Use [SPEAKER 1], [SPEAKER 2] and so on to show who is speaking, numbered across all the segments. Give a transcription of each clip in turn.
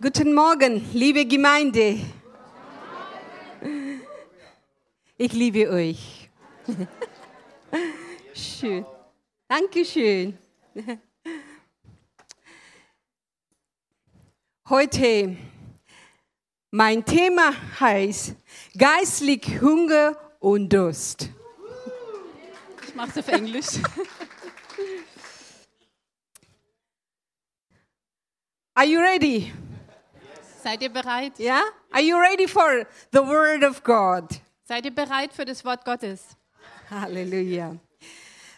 [SPEAKER 1] Guten Morgen, liebe Gemeinde. Ich liebe euch. Schön. Dankeschön. Heute mein Thema heißt geistlich Hunger und Durst.
[SPEAKER 2] Ich mache es auf Englisch.
[SPEAKER 1] Are you ready?
[SPEAKER 2] Seid ihr bereit?
[SPEAKER 1] Yeah? Are you ready for the word of God?
[SPEAKER 2] Seid ihr bereit für das Wort Gottes?
[SPEAKER 1] Hallelujah.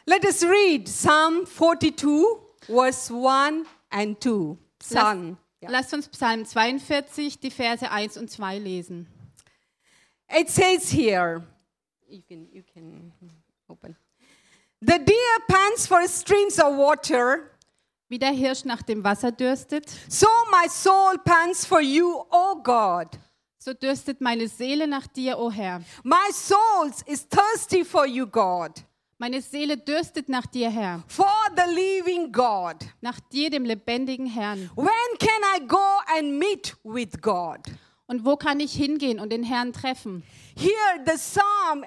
[SPEAKER 1] Let us read Psalm 42, verse 1 and 2. Psalm. Yeah.
[SPEAKER 2] Lasst uns Psalm 42, die Verse 1 und 2 lesen.
[SPEAKER 1] It says here, you can, you can open. The deer pants for streams of water,
[SPEAKER 2] Wie der Hirsch nach dem Wasser dürstet,
[SPEAKER 1] so my soul pants for you, O God.
[SPEAKER 2] so dürstet meine Seele nach dir, o Herr.
[SPEAKER 1] My soul is thirsty for you, God,
[SPEAKER 2] Meine Seele dürstet nach dir, Herr,
[SPEAKER 1] for the living God.
[SPEAKER 2] nach dir, dem lebendigen Herrn.
[SPEAKER 1] When can I go and meet with God?
[SPEAKER 2] Und wo kann ich hingehen und den Herrn treffen?
[SPEAKER 1] Here, the psalm,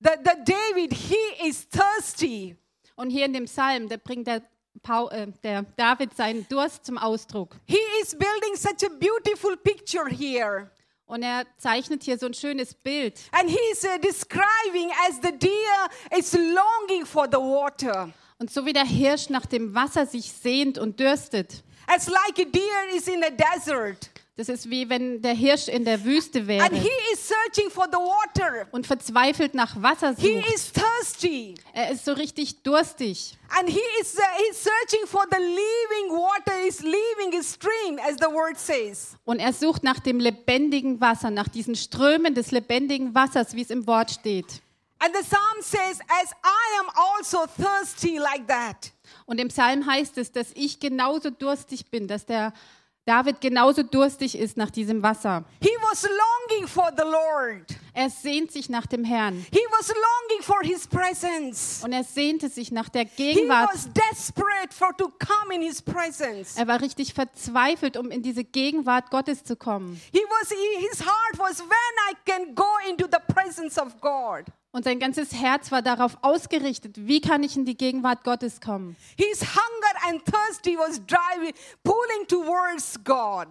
[SPEAKER 1] the, the David, he is thirsty.
[SPEAKER 2] Und hier in dem Psalm, da bringt der, Pau, äh, der David seinen Durst zum Ausdruck.
[SPEAKER 1] He is building such a beautiful picture here.
[SPEAKER 2] Und er zeichnet hier so ein schönes Bild.
[SPEAKER 1] And he is uh, describing as the deer is longing for the water.
[SPEAKER 2] Und so wie der Hirsch nach dem Wasser sich sehnt und dürstet,
[SPEAKER 1] As like a deer is in a desert.
[SPEAKER 2] das ist wie wenn der Hirsch in der Wüste
[SPEAKER 1] And he
[SPEAKER 2] wäre
[SPEAKER 1] is searching for the water.
[SPEAKER 2] und verzweifelt nach Wasser
[SPEAKER 1] He
[SPEAKER 2] sucht.
[SPEAKER 1] is thirsty.
[SPEAKER 2] Er ist so richtig durstig
[SPEAKER 1] And he is uh, he's searching for the living water, is living stream, as the word says.
[SPEAKER 2] und er sucht nach dem lebendigen Wasser, nach diesen Strömen des lebendigen Wassers, wie es im Wort steht.
[SPEAKER 1] And the psalm says, As I am also thirsty like that.
[SPEAKER 2] Und im Psalm heißt es, dass ich genauso durstig bin, dass der David genauso durstig ist nach diesem Wasser.
[SPEAKER 1] He was longing for the Lord.
[SPEAKER 2] Er sehnt sich nach dem Herrn
[SPEAKER 1] He was longing for his presence.
[SPEAKER 2] und er sehnte sich nach der
[SPEAKER 1] He
[SPEAKER 2] Gegenwart
[SPEAKER 1] was desperate for to come in his presence.
[SPEAKER 2] Er war richtig verzweifelt, um in diese Gegenwart Gottes zu kommen.
[SPEAKER 1] He was he- his heart was when I can go into the presence of God.
[SPEAKER 2] Und sein ganzes Herz war darauf ausgerichtet, wie kann ich in die Gegenwart Gottes kommen?
[SPEAKER 1] His hunger and thirsty was driving pulling towards God.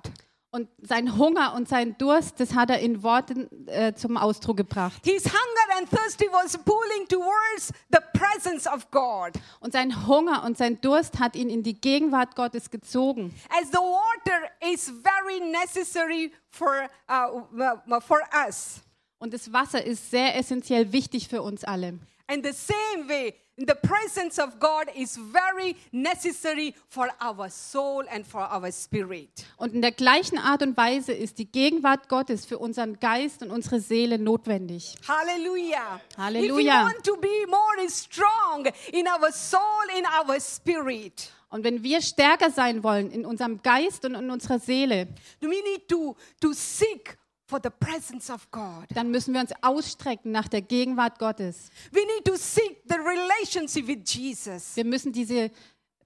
[SPEAKER 2] Und sein Hunger und sein Durst, das hat er in Worten äh, zum Ausdruck gebracht.
[SPEAKER 1] His hunger and thirsty was pulling towards the presence of God.
[SPEAKER 2] Und sein Hunger und sein Durst hat ihn in die Gegenwart Gottes gezogen.
[SPEAKER 1] As the water is very necessary for uh, w- for us.
[SPEAKER 2] Und das Wasser ist sehr essentiell wichtig für uns alle.
[SPEAKER 1] And the same way, the presence of God is very necessary for our soul and for our spirit.
[SPEAKER 2] Und in der gleichen Art und Weise ist die Gegenwart Gottes für unseren Geist und unsere Seele notwendig.
[SPEAKER 1] Hallelujah. If we
[SPEAKER 2] Hallelujah.
[SPEAKER 1] want to be more strong in our soul, in our spirit,
[SPEAKER 2] Und wenn wir stärker sein wollen in unserem Geist und in unserer Seele,
[SPEAKER 1] we need to, to seek for the presence of God.
[SPEAKER 2] dann müssen wir uns ausstrecken nach der Gegenwart Gottes.
[SPEAKER 1] We need to seek the relationship with Jesus.
[SPEAKER 2] Wir müssen diese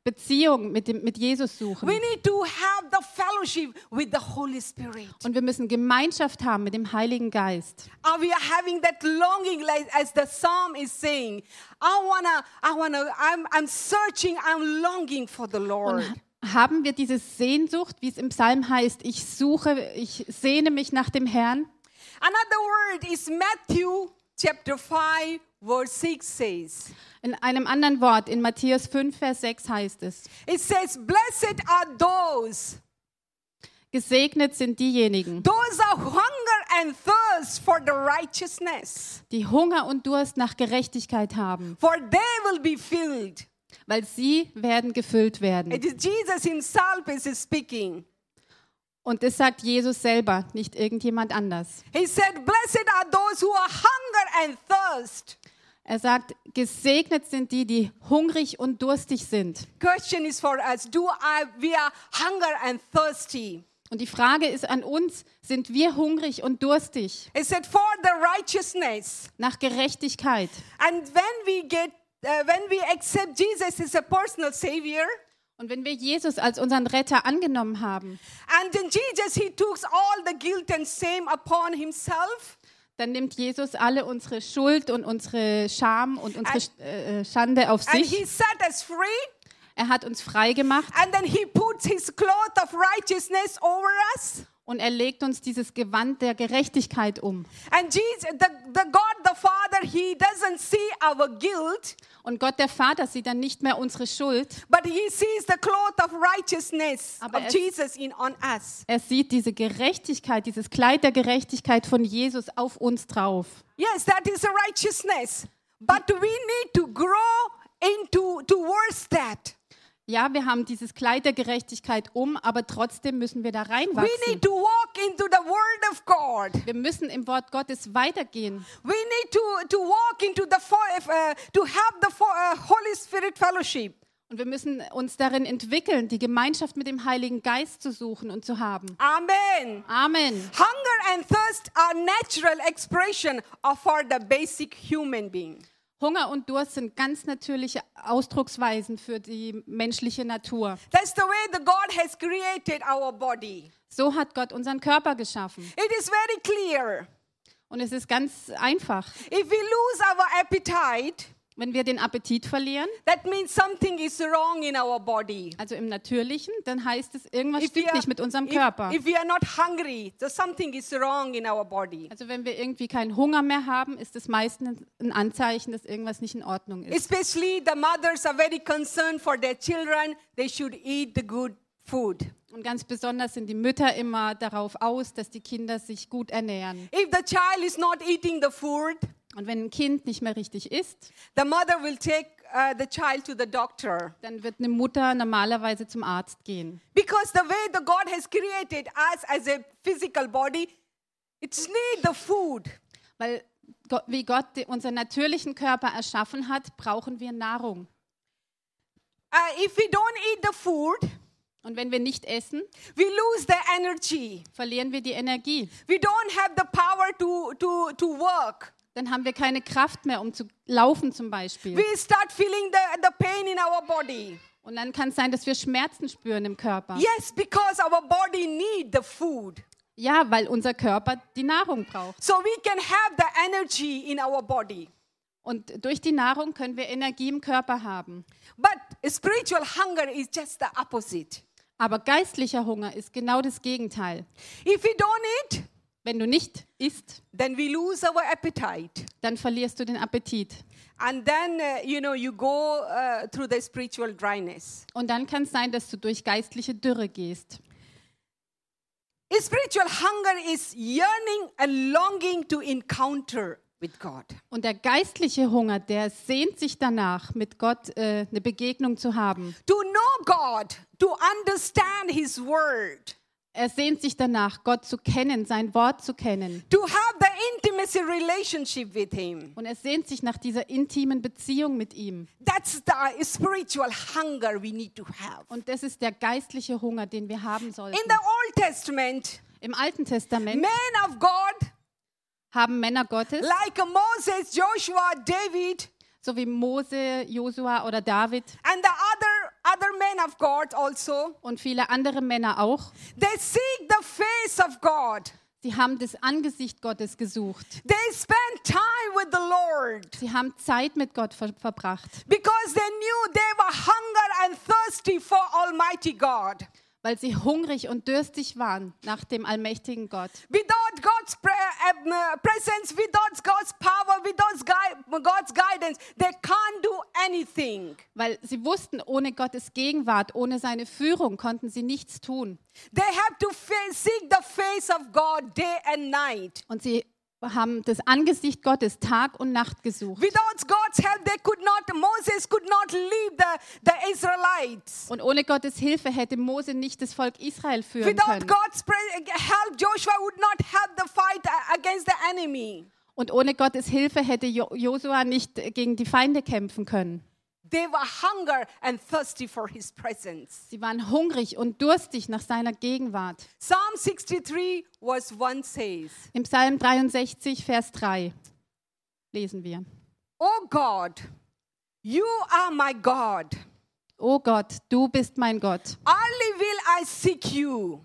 [SPEAKER 2] Beziehung mit, dem, mit Jesus suchen.
[SPEAKER 1] We need to have the fellowship with the Holy Spirit.
[SPEAKER 2] Und wir müssen Gemeinschaft haben mit dem Heiligen Geist.
[SPEAKER 1] Are we having that longing, like as the psalm is saying? I wanna, I wanna, I'm, I'm searching, I'm longing for the Lord.
[SPEAKER 2] Und haben wir diese Sehnsucht, wie es im Psalm heißt, ich suche, ich sehne mich nach dem Herrn?
[SPEAKER 1] Another word is Matthew chapter 5, verse 6 says,
[SPEAKER 2] In einem anderen Wort, in Matthäus 5, Vers 6 heißt es,
[SPEAKER 1] It says, Blessed are those,
[SPEAKER 2] gesegnet sind diejenigen,
[SPEAKER 1] those are hunger and thirst for the righteousness,
[SPEAKER 2] die Hunger und Durst nach Gerechtigkeit haben,
[SPEAKER 1] for they will be filled.
[SPEAKER 2] weil sie werden gefüllt werden.
[SPEAKER 1] It is Jesus himself is speaking.
[SPEAKER 2] Und das sagt Jesus selber, nicht irgendjemand anders.
[SPEAKER 1] He said, Blessed are those who are hunger and thirst.
[SPEAKER 2] Er sagt, gesegnet sind die, die hungrig und durstig sind.
[SPEAKER 1] question is for us do i we are hunger and thirsty
[SPEAKER 2] Und die Frage ist an uns, sind wir hungrig und durstig
[SPEAKER 1] it said for the righteousness
[SPEAKER 2] nach Gerechtigkeit?
[SPEAKER 1] and when we get uh, when we accept jesus as a personal savior
[SPEAKER 2] Und wenn wir Jesus als unseren Retter angenommen haben,
[SPEAKER 1] And then Jesus, he took all the guilt and shame upon himself.
[SPEAKER 2] dann nimmt Jesus alle unsere Schuld und unsere Scham und unsere Sch- äh, äh, Schande auf
[SPEAKER 1] And
[SPEAKER 2] sich.
[SPEAKER 1] he set us free.
[SPEAKER 2] Er hat uns frei gemacht
[SPEAKER 1] And then he puts his cloth of righteousness over us.
[SPEAKER 2] und er legt uns dieses Gewand der Gerechtigkeit um.
[SPEAKER 1] And Jesus, the, the God the Father, he doesn't see our guilt,
[SPEAKER 2] Und Gott der Vater sieht dann nicht mehr unsere Schuld,
[SPEAKER 1] but he sees the cloth of righteousness
[SPEAKER 2] Aber
[SPEAKER 1] of
[SPEAKER 2] es-
[SPEAKER 1] Jesus in on us.
[SPEAKER 2] er sieht diese Gerechtigkeit, dieses Kleid der Gerechtigkeit von Jesus auf uns drauf.
[SPEAKER 1] Yes, that is a righteousness. But we need to grow into towards that.
[SPEAKER 2] Ja, wir haben dieses Kleid der Gerechtigkeit um, aber trotzdem müssen wir da
[SPEAKER 1] We
[SPEAKER 2] reinwachsen.
[SPEAKER 1] need to walk into the word of God.
[SPEAKER 2] Wir müssen im Wort Gottes weitergehen.
[SPEAKER 1] We need to, to walk into the fo- uh, to have the fo- uh, Holy Spirit fellowship.
[SPEAKER 2] Und wir müssen uns darin entwickeln, die Gemeinschaft mit dem Heiligen Geist zu suchen und zu haben.
[SPEAKER 1] Amen.
[SPEAKER 2] Amen.
[SPEAKER 1] Hunger and thirst are natural expression of for the basic human being.
[SPEAKER 2] Hunger und Durst sind ganz natürliche Ausdrucksweisen für die menschliche Natur.
[SPEAKER 1] That's the way the God has created our body.
[SPEAKER 2] So hat Gott unseren Körper geschaffen.
[SPEAKER 1] It is very clear.
[SPEAKER 2] Und es ist ganz einfach.
[SPEAKER 1] If we lose our appetite,
[SPEAKER 2] Wenn wir den Appetit verlieren,
[SPEAKER 1] that means something is wrong in our body.
[SPEAKER 2] also im Natürlichen, dann heißt es, irgendwas
[SPEAKER 1] If we
[SPEAKER 2] stimmt
[SPEAKER 1] are-
[SPEAKER 2] nicht mit unserem
[SPEAKER 1] if-
[SPEAKER 2] Körper.
[SPEAKER 1] if we are not hungry, so something is wrong in our body.
[SPEAKER 2] Also wenn wir irgendwie keinen Hunger mehr haben, ist es meistens ein Anzeichen, dass irgendwas nicht in Ordnung ist.
[SPEAKER 1] Especially the mothers are very concerned for their children. They should eat the good food.
[SPEAKER 2] Und ganz besonders sind die Mütter immer darauf aus, dass die Kinder sich gut ernähren.
[SPEAKER 1] If the child is not eating the food,
[SPEAKER 2] Und wenn ein Kind nicht mehr richtig isst,
[SPEAKER 1] the mother will take uh, the child to the doctor.
[SPEAKER 2] dann wird eine Mutter normalerweise zum Arzt gehen.
[SPEAKER 1] Because the way the God has created us as a physical body, it's need the food.
[SPEAKER 2] Weil Gott, wie Gott die- unseren natürlichen Körper erschaffen hat, brauchen wir Nahrung.
[SPEAKER 1] Uh, if we don't eat the food,
[SPEAKER 2] Und wenn wir nicht essen,
[SPEAKER 1] we lose the energy.
[SPEAKER 2] verlieren wir die Energie.
[SPEAKER 1] We don't have the power to, to, to work.
[SPEAKER 2] Dann haben wir keine Kraft mehr, um zu laufen zum Beispiel.
[SPEAKER 1] We start feeling the, the pain in our body.
[SPEAKER 2] Und dann kann es sein, dass wir Schmerzen spüren im Körper.
[SPEAKER 1] Yes, because our body need the food.
[SPEAKER 2] Ja, weil unser Körper die Nahrung braucht.
[SPEAKER 1] So we can have the energy in our body.
[SPEAKER 2] Und durch die Nahrung können wir Energie im Körper haben.
[SPEAKER 1] But spiritual hunger is just the opposite.
[SPEAKER 2] Aber geistlicher Hunger ist genau das Gegenteil.
[SPEAKER 1] If we don't eat,
[SPEAKER 2] Wenn du nicht isst,
[SPEAKER 1] then we lose our appetite.
[SPEAKER 2] dann verlierst du den Appetit.
[SPEAKER 1] And then, uh, you know, you go uh, through the spiritual dryness.
[SPEAKER 2] Und dann kann es sein, dass du durch geistliche Dürre gehst.
[SPEAKER 1] Spiritual hunger is yearning and longing to encounter with God.
[SPEAKER 2] Und der geistliche Hunger, der sehnt sich danach, mit Gott äh, eine Begegnung zu haben.
[SPEAKER 1] To know God, to understand His Word,
[SPEAKER 2] Er sehnt sich danach, Gott zu kennen, sein Wort zu kennen.
[SPEAKER 1] to have the intimacy relationship with Him.
[SPEAKER 2] Und er sehnt sich nach dieser intimen Beziehung mit ihm.
[SPEAKER 1] That's the uh, spiritual hunger we need to have.
[SPEAKER 2] Und das ist der geistliche Hunger, den wir haben sollten.
[SPEAKER 1] In the Old Testament,
[SPEAKER 2] Im Alten Testament
[SPEAKER 1] men of God,
[SPEAKER 2] haben Männer Gottes,
[SPEAKER 1] like Moses, Joshua, David,
[SPEAKER 2] so wie Mose, Josua oder David
[SPEAKER 1] and the other other men of God also
[SPEAKER 2] und viele andere Männer auch,
[SPEAKER 1] they seek the face of God
[SPEAKER 2] sie haben das Angesicht Gottes gesucht.
[SPEAKER 1] they spend time with the Lord
[SPEAKER 2] Sie haben Zeit mit Gott ver verbracht,
[SPEAKER 1] because they knew they were hunger and thirsty for almighty God
[SPEAKER 2] weil sie hungrig und dürstig waren nach dem allmächtigen Gott.
[SPEAKER 1] without God's pre- um, uh, presence without God's power without gui- God's guidance they can't do anything
[SPEAKER 2] Weil sie wussten, ohne Gottes Gegenwart, ohne seine Führung konnten sie nichts tun.
[SPEAKER 1] they have to fa- seek the face of God day and night
[SPEAKER 2] Und sie haben das Angesicht Gottes Tag und Nacht gesucht.
[SPEAKER 1] without God's help they could not Moses could not leave the, the Israelites
[SPEAKER 2] Und ohne Gottes Hilfe hätte Mose nicht das Volk Israel führen
[SPEAKER 1] Without
[SPEAKER 2] können.
[SPEAKER 1] God's pre- help, Joshua would not have the fight uh, against the enemy.
[SPEAKER 2] Und ohne Gottes Hilfe hätte Jo- Josua nicht gegen die Feinde kämpfen können.
[SPEAKER 1] They were hunger and thirsty for his presence.
[SPEAKER 2] Sie waren hungrig und durstig nach seiner Gegenwart.
[SPEAKER 1] Psalm 63, verse 1 says,
[SPEAKER 2] Im Psalm 63, Vers 3 lesen wir.
[SPEAKER 1] "Oh O God, you are my God.
[SPEAKER 2] O Gott, du bist mein Gott.
[SPEAKER 1] Only will I seek you.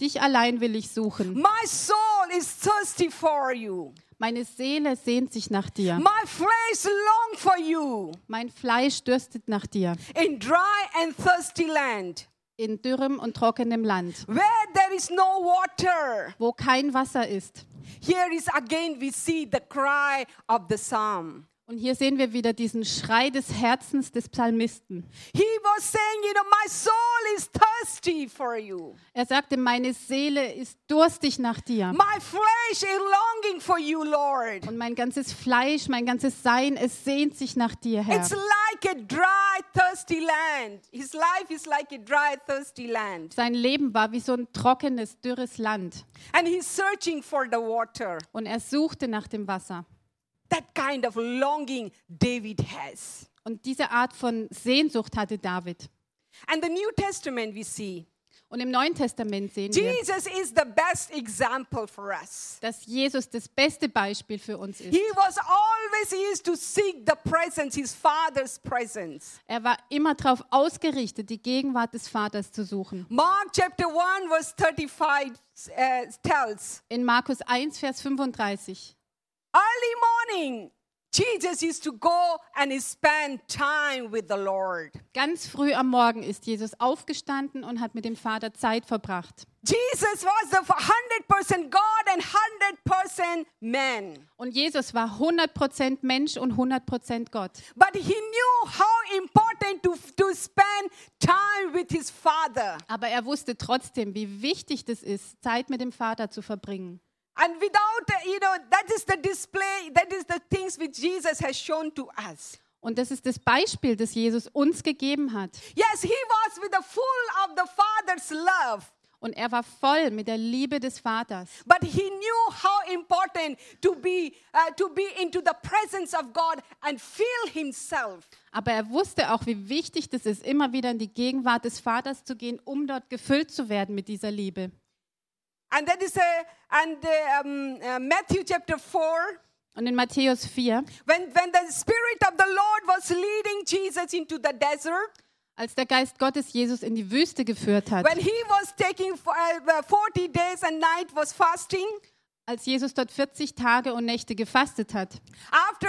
[SPEAKER 2] Dich allein will ich suchen.
[SPEAKER 1] My soul is thirsty for you.
[SPEAKER 2] Meine Seele sehnt sich nach dir.
[SPEAKER 1] My flesh long for you
[SPEAKER 2] Mein Fleisch dürstet nach dir.
[SPEAKER 1] in dry and thirsty land
[SPEAKER 2] In dürrem und trockenem Land,
[SPEAKER 1] where there is no water.
[SPEAKER 2] wo kein Wasser ist.
[SPEAKER 1] Here is again we see the cry of the psalm.
[SPEAKER 2] Und hier sehen wir wieder diesen Schrei des Herzens des Psalmisten.
[SPEAKER 1] He was saying, you know, my soul is thirsty for you.
[SPEAKER 2] Er sagte, meine Seele ist durstig nach dir.
[SPEAKER 1] My flesh is longing for you, Lord.
[SPEAKER 2] Und mein ganzes Fleisch, mein ganzes Sein, es sehnt sich nach dir, Herr.
[SPEAKER 1] It's like a dry, thirsty land. His life is like a dry, thirsty land.
[SPEAKER 2] Sein Leben war wie so ein trockenes, dürres Land.
[SPEAKER 1] And he's searching for the water.
[SPEAKER 2] Und er suchte nach dem Wasser.
[SPEAKER 1] That kind of longing David has.
[SPEAKER 2] Und diese Art von Sehnsucht hatte David.
[SPEAKER 1] And the New Testament we see
[SPEAKER 2] Und im Neuen Testament sehen wir,
[SPEAKER 1] Jesus is the best example for us.
[SPEAKER 2] dass Jesus das beste Beispiel für uns ist.
[SPEAKER 1] He was always he used to seek the presence, his father's presence.
[SPEAKER 2] Er war immer darauf ausgerichtet, die Gegenwart des Vaters zu suchen.
[SPEAKER 1] Mark chapter 1 verse 35 uh, tells
[SPEAKER 2] In Markus 1, Vers 35.
[SPEAKER 1] Early morning, Jesus used to go and spend time with the Lord.
[SPEAKER 2] Ganz früh am Morgen ist Jesus aufgestanden und hat mit dem Vater Zeit verbracht.
[SPEAKER 1] Jesus was the 100% God and 100% man.
[SPEAKER 2] Und Jesus war 100% Mensch und 100% Gott.
[SPEAKER 1] But he knew how important to, to spend time with his Father.
[SPEAKER 2] Aber er wusste trotzdem, wie wichtig das ist, Zeit mit dem Vater zu verbringen.
[SPEAKER 1] And without, uh, you know, that is the display, that is the things which Jesus has shown to us.
[SPEAKER 2] Und das ist das Beispiel, das Jesus uns gegeben hat.
[SPEAKER 1] Yes, he was with the full of the Father's love.
[SPEAKER 2] Und er war voll mit der Liebe des Vaters.
[SPEAKER 1] But he knew how important to be uh, to be into the presence of God and feel himself.
[SPEAKER 2] Aber er wusste auch, wie wichtig das ist, immer wieder in die Gegenwart des Vaters zu gehen, um dort gefüllt zu werden mit dieser Liebe.
[SPEAKER 1] And that is a and uh, um, uh, Matthew chapter four.
[SPEAKER 2] Und in Matthäus 4,
[SPEAKER 1] When, when the Spirit of the Lord was leading Jesus into the desert,
[SPEAKER 2] als der Geist Gottes Jesus in die Wüste geführt hat,
[SPEAKER 1] when he was taking for- uh, 40 days and night was fasting,
[SPEAKER 2] als Jesus dort 40 Tage und Nächte gefastet hat,
[SPEAKER 1] after,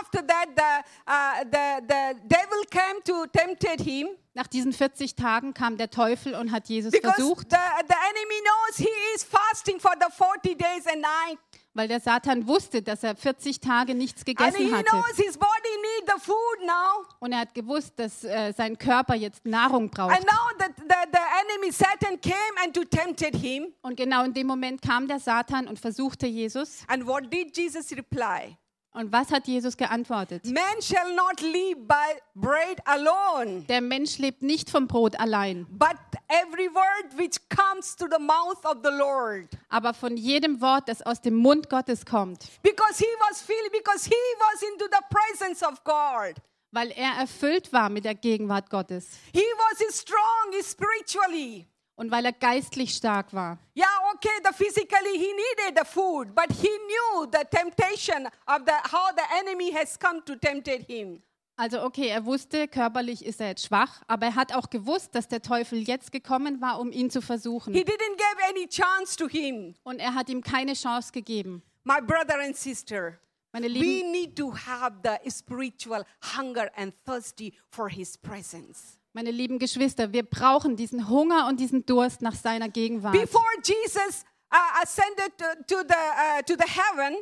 [SPEAKER 1] after that the, uh, the, the devil came to tempted him
[SPEAKER 2] nach diesen 40 Tagen kam der Teufel und hat Jesus
[SPEAKER 1] because
[SPEAKER 2] versucht,
[SPEAKER 1] the, the enemy knows he is fasting for the 40 days and night.
[SPEAKER 2] weil der Satan wusste, dass er 40 Tage nichts
[SPEAKER 1] And he
[SPEAKER 2] gegessen hatte.
[SPEAKER 1] knows his body need the food now.
[SPEAKER 2] Und er hat gewusst, dass äh, sein Körper jetzt Nahrung braucht.
[SPEAKER 1] And now that the, the enemy Satan came and to tempted him.
[SPEAKER 2] Und genau in dem Moment kam der Satan und versuchte Jesus.
[SPEAKER 1] And what did Jesus reply?
[SPEAKER 2] Und was hat Jesus geantwortet?
[SPEAKER 1] Man shall not live by bread alone,
[SPEAKER 2] Der Mensch lebt nicht vom Brot allein,
[SPEAKER 1] but every word which comes to the mouth of the Lord.
[SPEAKER 2] aber von jedem Wort, das aus dem Mund Gottes kommt,
[SPEAKER 1] Because he was filled, because he was into the presence of God.
[SPEAKER 2] weil er erfüllt war mit der Gegenwart Gottes
[SPEAKER 1] He was strong spiritually.
[SPEAKER 2] und weil er geistlich stark war.
[SPEAKER 1] Yeah, okay, the physically he needed the food, but he knew the temptation of the how the enemy has come to tempted him.
[SPEAKER 2] Also okay, er wusste, körperlich ist er jetzt schwach, aber er hat auch gewusst, dass der Teufel jetzt gekommen war, um ihn zu
[SPEAKER 1] He
[SPEAKER 2] versuchen.
[SPEAKER 1] didn't give any chance to him.
[SPEAKER 2] Und er hat ihm keine Chance gegeben.
[SPEAKER 1] My brother and sister,
[SPEAKER 2] Meine
[SPEAKER 1] we
[SPEAKER 2] lieben,
[SPEAKER 1] need to have the spiritual hunger and thirsty for his presence.
[SPEAKER 2] meine lieben Geschwister, wir brauchen diesen Hunger und diesen Durst nach seiner Gegenwart.
[SPEAKER 1] Before Jesus uh, ascended to, to the, uh, to the heaven,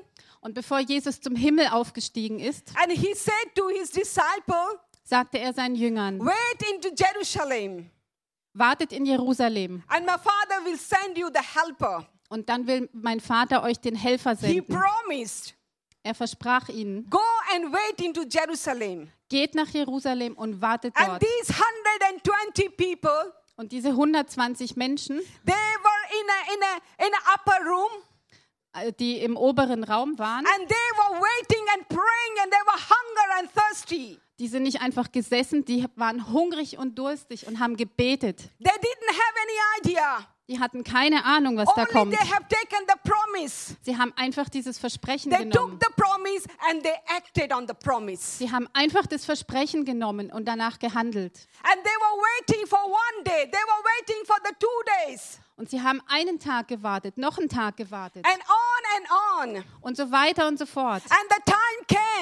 [SPEAKER 2] Und bevor Jesus zum Himmel aufgestiegen ist,
[SPEAKER 1] and he said to his disciple,
[SPEAKER 2] sagte er seinen Jüngern,
[SPEAKER 1] wait into Jerusalem,
[SPEAKER 2] wartet in Jerusalem
[SPEAKER 1] and my father will send you the helper.
[SPEAKER 2] und dann will mein Vater euch den Helfer
[SPEAKER 1] He
[SPEAKER 2] senden.
[SPEAKER 1] promised.
[SPEAKER 2] Er versprach ihnen,
[SPEAKER 1] Go and wait into Jerusalem.
[SPEAKER 2] geht nach Jerusalem und wartet
[SPEAKER 1] And
[SPEAKER 2] dort.
[SPEAKER 1] these 120 people,
[SPEAKER 2] Und diese 120 Menschen,
[SPEAKER 1] they were in a, in a, in a upper room
[SPEAKER 2] äh, die im oberen Raum waren,
[SPEAKER 1] and they were waiting and praying and they were hunger and thirsty.
[SPEAKER 2] die sind nicht einfach gesessen, die waren hungrig und durstig und haben gebetet.
[SPEAKER 1] They didn't have any idea
[SPEAKER 2] Die hatten keine Ahnung, was da
[SPEAKER 1] Only
[SPEAKER 2] kommt.
[SPEAKER 1] they have taken the promise.
[SPEAKER 2] Sie haben einfach dieses Versprechen
[SPEAKER 1] They took
[SPEAKER 2] genommen.
[SPEAKER 1] the promise and they acted on the promise.
[SPEAKER 2] Sie haben einfach das Versprechen genommen und danach gehandelt.
[SPEAKER 1] And they were waiting for one day, they were waiting for the two days,
[SPEAKER 2] Und sie haben einen Tag gewartet, noch einen Tag gewartet
[SPEAKER 1] and on and on.
[SPEAKER 2] und so weiter und so fort.
[SPEAKER 1] And the time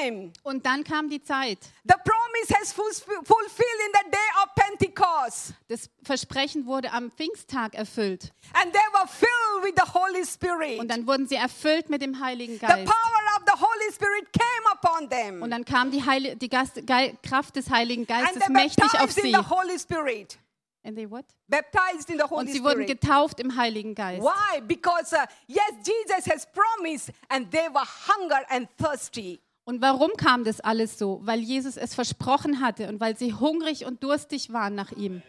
[SPEAKER 1] came.
[SPEAKER 2] Und dann kam die Zeit.
[SPEAKER 1] The promise has fulf- fulfilled in the day of Pentecost.
[SPEAKER 2] Das Versprechen wurde am Pfingsttag erfüllt.
[SPEAKER 1] And they were filled with the Holy Spirit.
[SPEAKER 2] Und dann wurden sie erfüllt mit dem Heiligen
[SPEAKER 1] The
[SPEAKER 2] Geist.
[SPEAKER 1] power of the Holy Spirit came upon them.
[SPEAKER 2] Und dann kam die, Heil die Gast Geil Kraft des Heiligen
[SPEAKER 1] And
[SPEAKER 2] Geistes
[SPEAKER 1] they
[SPEAKER 2] mächtig auf
[SPEAKER 1] baptized in
[SPEAKER 2] sie.
[SPEAKER 1] the Holy Spirit.
[SPEAKER 2] And they what?
[SPEAKER 1] Baptized in the
[SPEAKER 2] Und
[SPEAKER 1] Holy
[SPEAKER 2] sie wurden
[SPEAKER 1] Spirit.
[SPEAKER 2] getauft im Heiligen Geist.
[SPEAKER 1] Why? Because uh, yes, Jesus has promised, and they were hunger and thirsty.
[SPEAKER 2] Und warum kam das alles so? Weil Jesus es versprochen hatte und weil sie hungrig und durstig waren nach ihm.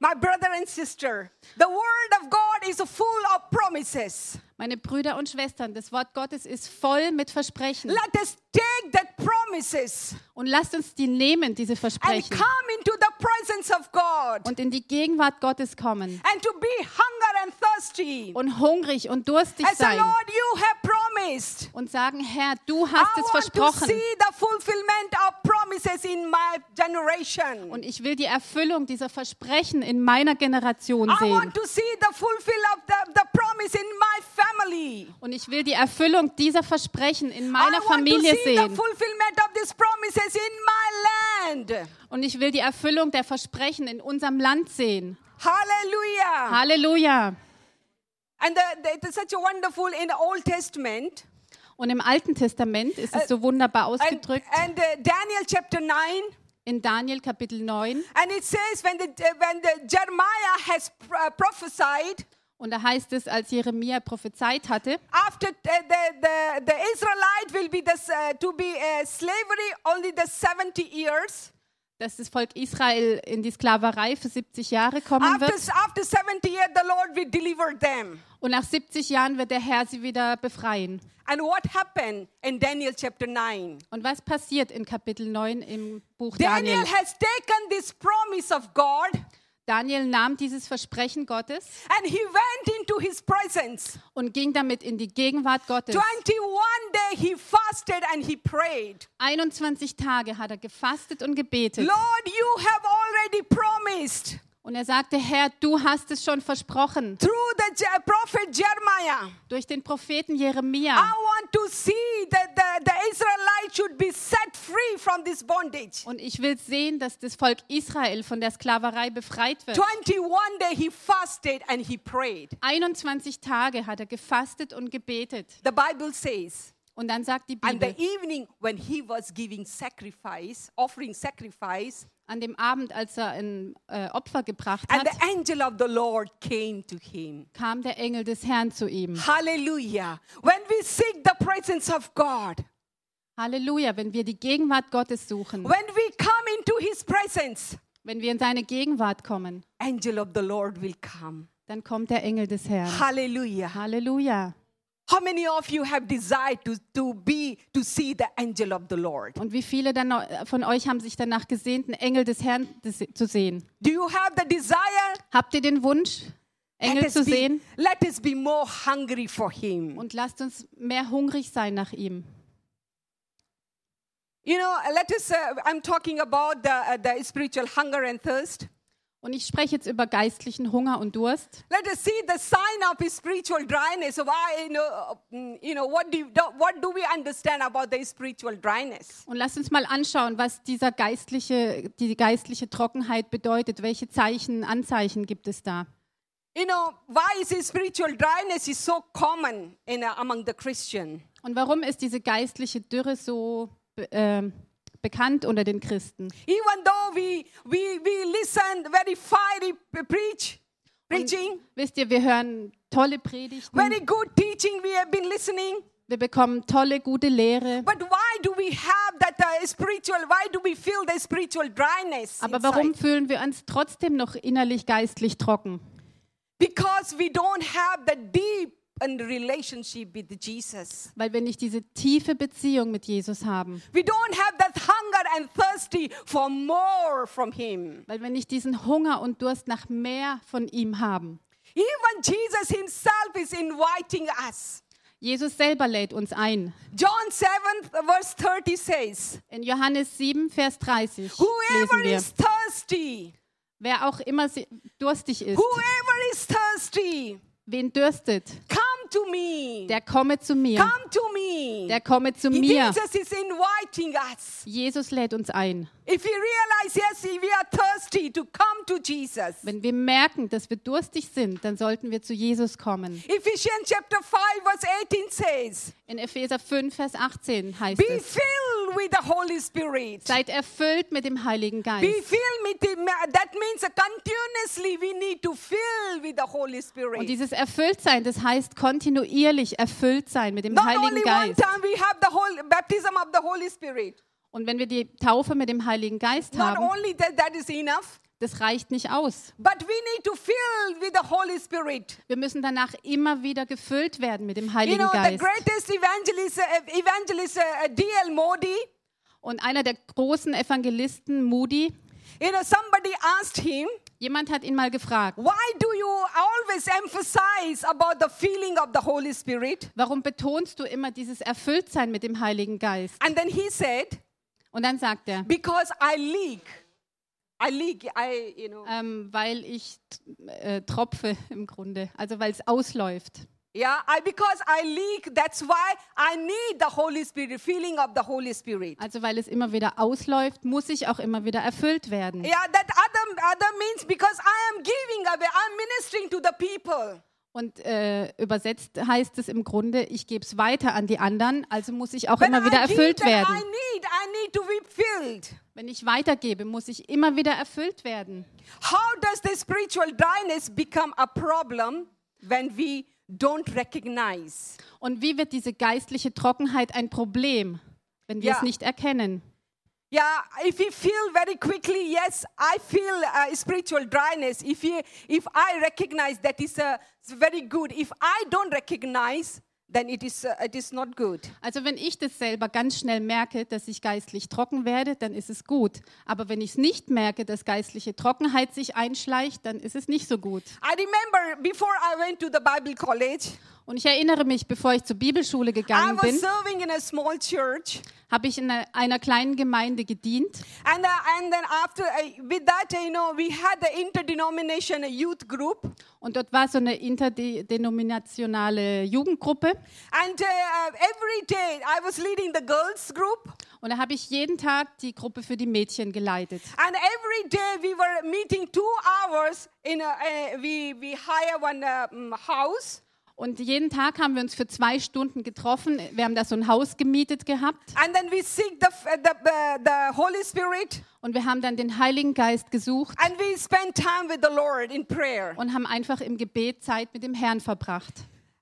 [SPEAKER 1] My brother and sister, the word of God is full of promises.
[SPEAKER 2] Meine Brüder und Schwestern, das Wort Gottes ist voll mit Versprechen.
[SPEAKER 1] Let us take that promises
[SPEAKER 2] Und lasst uns die nehmen, diese
[SPEAKER 1] and
[SPEAKER 2] Versprechen,
[SPEAKER 1] come into the presence of God
[SPEAKER 2] und in die Gegenwart Gottes kommen
[SPEAKER 1] and to be hunger and thirsty.
[SPEAKER 2] und hungrig und durstig
[SPEAKER 1] As the
[SPEAKER 2] sein
[SPEAKER 1] Lord, you have promised.
[SPEAKER 2] und sagen, Herr, du
[SPEAKER 1] I
[SPEAKER 2] hast es
[SPEAKER 1] want to
[SPEAKER 2] versprochen
[SPEAKER 1] see the fulfillment of promises in my generation.
[SPEAKER 2] und ich will die Erfüllung dieser Versprechen in meiner Generation
[SPEAKER 1] I
[SPEAKER 2] sehen
[SPEAKER 1] want to see the fulfill of the, the promise in my family.
[SPEAKER 2] und ich will die Erfüllung dieser Versprechen in
[SPEAKER 1] I
[SPEAKER 2] meiner
[SPEAKER 1] want to
[SPEAKER 2] Familie
[SPEAKER 1] see the
[SPEAKER 2] sehen
[SPEAKER 1] fulfillment of these promises in my land.
[SPEAKER 2] und ich will die Erfüllung der Versprechen in unserem Land sehen.
[SPEAKER 1] Hallelujah.
[SPEAKER 2] Halleluja.
[SPEAKER 1] And the, the, it is such a wonderful in the Old Testament.
[SPEAKER 2] Und im Alten Testament ist
[SPEAKER 1] Äh,
[SPEAKER 2] es so wunderbar
[SPEAKER 1] And,
[SPEAKER 2] ausgedrückt
[SPEAKER 1] and, uh, Daniel chapter 9.
[SPEAKER 2] in Daniel Kapitel 9
[SPEAKER 1] And it says when, the, uh, when the Jeremiah has pr- uh, prophesied,
[SPEAKER 2] und da heißt es, als Jeremia prophezeit hatte,
[SPEAKER 1] after uh, the, the, the Israelite will be this, uh, to be uh, slavery only the 70 years.
[SPEAKER 2] dass das Volk Israel in die Sklaverei für 70 Jahre kommen
[SPEAKER 1] After,
[SPEAKER 2] wird
[SPEAKER 1] after 70 years, the Lord will deliver them.
[SPEAKER 2] und nach 70 Jahren wird der Herr sie wieder befreien.
[SPEAKER 1] And what happened in Daniel chapter 9?
[SPEAKER 2] Und was passiert in Kapitel 9 im Buch
[SPEAKER 1] Daniel
[SPEAKER 2] Daniel?
[SPEAKER 1] has taken this promise of God
[SPEAKER 2] Daniel nahm dieses Versprechen Gottes
[SPEAKER 1] and he went into his presence.
[SPEAKER 2] und ging damit in die Gegenwart Gottes.
[SPEAKER 1] 21 day he fasted and he prayed.
[SPEAKER 2] 21 Tage hat er gefastet und gebetet
[SPEAKER 1] Lord, you have already promised
[SPEAKER 2] und er sagte, Herr, du hast es schon versprochen
[SPEAKER 1] through the Je- prophet Jeremiah.
[SPEAKER 2] durch den Propheten Jeremia.
[SPEAKER 1] I want to see that the, the Israelites should be set free from this bondage.
[SPEAKER 2] Und ich will sehen, dass das Volk Israel von der Sklaverei befreit wird.
[SPEAKER 1] 21 day he fasted and he prayed.
[SPEAKER 2] 21 Tage hat er gefastet und gebetet.
[SPEAKER 1] The Bible says,
[SPEAKER 2] Und dann sagt die
[SPEAKER 1] and
[SPEAKER 2] Bibel,
[SPEAKER 1] the evening when he was giving sacrifice, offering sacrifice,
[SPEAKER 2] an dem Abend, als er ein äh, Opfer gebracht
[SPEAKER 1] and
[SPEAKER 2] hat,
[SPEAKER 1] the angel of the Lord came to him.
[SPEAKER 2] kam der Engel des Herrn zu ihm.
[SPEAKER 1] Hallelujah. When we seek the presence of God,
[SPEAKER 2] Halleluja, wenn wir die Gegenwart Gottes suchen,
[SPEAKER 1] when we come into his presence,
[SPEAKER 2] wenn wir in seine Gegenwart kommen,
[SPEAKER 1] angel of the Lord will come.
[SPEAKER 2] dann kommt der Engel des Herrn.
[SPEAKER 1] Hallelujah.
[SPEAKER 2] Halleluja.
[SPEAKER 1] How many of you have desired to, to be to see the angel of the Lord?
[SPEAKER 2] Und wie viele dann noch- äh, von euch haben sich danach gesehnt, einen Engel des Herrn des- zu sehen?
[SPEAKER 1] Do you have the desire?
[SPEAKER 2] Habt ihr den Wunsch, Engel zu
[SPEAKER 1] be,
[SPEAKER 2] sehen?
[SPEAKER 1] let us be more hungry for him.
[SPEAKER 2] Und lasst uns mehr hungrig sein nach ihm.
[SPEAKER 1] You know, let us. Uh, I'm talking about the, uh, the spiritual hunger and thirst.
[SPEAKER 2] Und ich spreche jetzt über geistlichen Hunger und Durst.
[SPEAKER 1] Let us see the sign of spiritual dryness. Why, you know, mm, you know what do you, do- what do we understand about the spiritual dryness?
[SPEAKER 2] Und lasst uns mal anschauen, was dieser geistliche, die geistliche Trockenheit bedeutet. Welche Zeichen, Anzeichen gibt es da?
[SPEAKER 1] You know, why is this spiritual dryness is so common in uh, among the Christian?
[SPEAKER 2] Und warum ist diese geistliche Dürre so be ähm, bekannt unter den Christen?
[SPEAKER 1] Even though we we we listen very fiery p- preach, preaching,
[SPEAKER 2] Wisst ihr, wir hören tolle Predigten,
[SPEAKER 1] very good teaching we have been listening,
[SPEAKER 2] wir bekommen tolle, gute Lehre.
[SPEAKER 1] but why do we have that uh, spiritual? Why do we feel the spiritual dryness?
[SPEAKER 2] Aber
[SPEAKER 1] inside?
[SPEAKER 2] warum fühlen wir uns trotzdem noch innerlich geistlich trocken?
[SPEAKER 1] Because we don't have the deep and relationship with Jesus.
[SPEAKER 2] Weil wir nicht diese tiefe Beziehung mit Jesus haben.
[SPEAKER 1] We don't have that hunger and thirsty for more from Him.
[SPEAKER 2] Weil wir nicht diesen Hunger und Durst nach mehr von ihm haben.
[SPEAKER 1] Even Jesus himself is inviting us.
[SPEAKER 2] Jesus selber lädt uns ein.
[SPEAKER 1] John 7, verse 30 says,
[SPEAKER 2] In Johannes 7, Vers 30 lesen
[SPEAKER 1] Whoever
[SPEAKER 2] wir,
[SPEAKER 1] is thirsty,
[SPEAKER 2] wer auch immer si- durstig ist,
[SPEAKER 1] whoever is thirsty,
[SPEAKER 2] wen dürstet,
[SPEAKER 1] come to me.
[SPEAKER 2] der komme zu mir,
[SPEAKER 1] Come to me.
[SPEAKER 2] der komme zu mir.
[SPEAKER 1] Jesus is inviting us.
[SPEAKER 2] Jesus lädt uns ein.
[SPEAKER 1] If we realize, yes, we are thirsty to come to Jesus.
[SPEAKER 2] Wenn wir merken, dass wir durstig sind, dann sollten wir zu Jesus kommen.
[SPEAKER 1] Ephesians chapter 5, verse 18 says,
[SPEAKER 2] In Epheser 5, Vers 18 heißt
[SPEAKER 1] Be
[SPEAKER 2] es,
[SPEAKER 1] filled with the Holy Spirit.
[SPEAKER 2] seid erfüllt mit dem Heiligen
[SPEAKER 1] Be
[SPEAKER 2] Geist.
[SPEAKER 1] filled with the, that means continuously we need to fill with the Holy
[SPEAKER 2] Und
[SPEAKER 1] Spirit.
[SPEAKER 2] dieses Erfülltsein, das heißt kontinuierlich erfüllt sein mit dem
[SPEAKER 1] Not
[SPEAKER 2] Heiligen
[SPEAKER 1] only one
[SPEAKER 2] Geist.
[SPEAKER 1] time we have the whole baptism of the Holy Spirit.
[SPEAKER 2] Und wenn wir die Taufe mit dem Heiligen Geist
[SPEAKER 1] Not
[SPEAKER 2] haben,
[SPEAKER 1] only that, that is enough,
[SPEAKER 2] das reicht nicht aus.
[SPEAKER 1] but we need to fill with the Holy Spirit.
[SPEAKER 2] Wir müssen danach immer wieder gefüllt werden mit dem
[SPEAKER 1] You
[SPEAKER 2] Heiligen
[SPEAKER 1] know, the
[SPEAKER 2] Geist.
[SPEAKER 1] greatest evangelist, uh, evangelist uh, D.L. Modi,
[SPEAKER 2] Und einer der großen Evangelisten, Moody,
[SPEAKER 1] you know, somebody asked him,
[SPEAKER 2] jemand hat ihn mal gefragt,
[SPEAKER 1] Why do you always emphasize about the feeling of the Holy Spirit?
[SPEAKER 2] warum betonst du immer dieses Erfülltsein mit dem Heiligen Geist?
[SPEAKER 1] And then he said,
[SPEAKER 2] Und dann sagt er,
[SPEAKER 1] Because I leak. I leak, I, you know.
[SPEAKER 2] ähm, weil ich äh, tropfe im Grunde, also weil es ausläuft.
[SPEAKER 1] Yeah, I because I leak, that's why I need the Holy Spirit, feeling of the Holy Spirit.
[SPEAKER 2] Also weil es immer wieder ausläuft, muss ich auch immer wieder erfüllt werden.
[SPEAKER 1] Yeah, that other other means because I am giving away, I'm ministering to the people.
[SPEAKER 2] Und äh, übersetzt heißt es im Grunde, ich gebe es weiter an die anderen, also muss ich auch
[SPEAKER 1] When
[SPEAKER 2] immer wieder
[SPEAKER 1] I give,
[SPEAKER 2] erfüllt
[SPEAKER 1] then I
[SPEAKER 2] werden.
[SPEAKER 1] need, I need to be filled.
[SPEAKER 2] Wenn ich weitergebe, muss ich immer wieder erfüllt werden.
[SPEAKER 1] How does the spiritual dryness become a problem when we don't recognize?
[SPEAKER 2] Und wie wird diese geistliche Trockenheit ein Problem, wenn wir
[SPEAKER 1] Ja.
[SPEAKER 2] es nicht erkennen?
[SPEAKER 1] Yeah, if you feel very quickly, yes, I feel uh, spiritual dryness. If you, if I recognize that is uh, it's very good. If I don't recognize, then it is uh, it is not good.
[SPEAKER 2] Also wenn ich das selber ganz schnell merke, dass ich geistlich trocken werde, dann ist es gut. Aber wenn ich es nicht merke, dass geistliche Trockenheit sich einschleicht, dann ist es nicht so gut.
[SPEAKER 1] I remember before I went to the Bible college,
[SPEAKER 2] Und ich erinnere mich, bevor ich zur Bibelschule
[SPEAKER 1] I
[SPEAKER 2] gegangen
[SPEAKER 1] was
[SPEAKER 2] bin,
[SPEAKER 1] serving in a small church,
[SPEAKER 2] habe ich in einer- einer kleinen Gemeinde gedient.
[SPEAKER 1] and uh, and then after uh, with that, you know, we had the interdenomination youth group.
[SPEAKER 2] Und dort war so eine interdenominationale Jugendgruppe.
[SPEAKER 1] And uh, uh, every day I was leading the girls group.
[SPEAKER 2] Und da habe ich jeden Tag die Gruppe für die Mädchen geleitet.
[SPEAKER 1] And every day we were meeting two hours in a, uh, we, we hire one uh, mm, house.
[SPEAKER 2] Und jeden Tag haben wir uns für zwei Stunden getroffen. Wir haben da so ein Haus gemietet gehabt.
[SPEAKER 1] And then we seek the, f- the, uh, the Holy Spirit
[SPEAKER 2] Und wir haben dann den Heiligen Geist gesucht
[SPEAKER 1] and we spend time with the Lord in prayer.
[SPEAKER 2] und haben einfach im Gebet Zeit mit dem Herrn verbracht.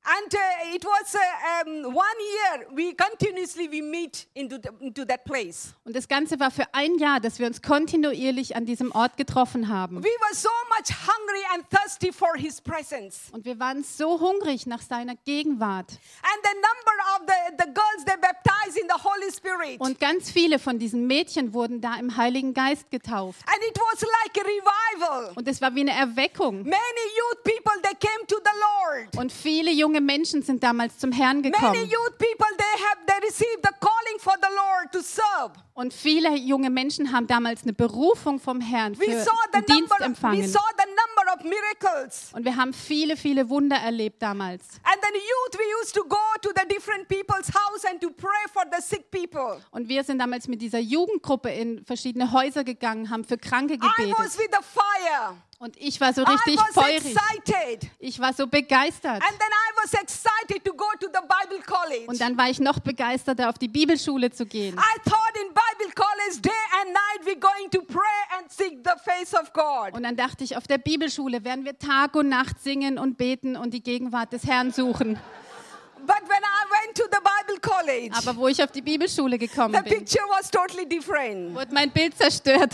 [SPEAKER 1] And uh, it was uh, um, one year we continuously we meet into, the, into that place.
[SPEAKER 2] Und das Ganze war für ein Jahr, dass wir uns kontinuierlich an diesem Ort getroffen haben.
[SPEAKER 1] We were so much hungry and thirsty for His presence.
[SPEAKER 2] Und wir waren so hungrig nach seiner Gegenwart.
[SPEAKER 1] And the number of the, the girls they baptized in the Holy Spirit.
[SPEAKER 2] Und ganz viele von diesen Mädchen wurden da im Heiligen Geist getauft.
[SPEAKER 1] And it was like a revival.
[SPEAKER 2] Und es war wie eine Erweckung.
[SPEAKER 1] Many youth people they came to the Lord.
[SPEAKER 2] Und viele junge Menschen sind damals zum Herrn
[SPEAKER 1] Many
[SPEAKER 2] gekommen.
[SPEAKER 1] youth people they have they received the calling for the Lord to serve.
[SPEAKER 2] Und viele junge Menschen haben damals eine Berufung vom Herrn für
[SPEAKER 1] We saw the
[SPEAKER 2] den Dienst
[SPEAKER 1] number we
[SPEAKER 2] empfangen.
[SPEAKER 1] saw the number of miracles.
[SPEAKER 2] Und wir haben viele, viele Wunder erlebt damals.
[SPEAKER 1] And then youth we used to go to the different people's house and to pray for the sick people.
[SPEAKER 2] Und wir sind damals mit dieser Jugendgruppe in verschiedene Häuser gegangen, haben für Kranke
[SPEAKER 1] I was
[SPEAKER 2] gebetet.
[SPEAKER 1] with the fire.
[SPEAKER 2] Und ich war so
[SPEAKER 1] I
[SPEAKER 2] richtig
[SPEAKER 1] was
[SPEAKER 2] feurig.
[SPEAKER 1] excited.
[SPEAKER 2] Ich war so begeistert.
[SPEAKER 1] And then I was excited to go to the Bible
[SPEAKER 2] Und
[SPEAKER 1] college.
[SPEAKER 2] dann war ich noch begeisterter, auf die Bibelschule zu gehen.
[SPEAKER 1] I thought in Bible college day and night we're going to pray and seek the face of God.
[SPEAKER 2] Und dann dachte ich, auf der Bibelschule werden wir Tag und Nacht singen und beten und die Gegenwart des Herrn suchen.
[SPEAKER 1] But when I went to the Bible college,
[SPEAKER 2] Aber wo ich auf die Bibelschule
[SPEAKER 1] the
[SPEAKER 2] gekommen bin,
[SPEAKER 1] picture was totally different.
[SPEAKER 2] wurde mein Bild zerstört.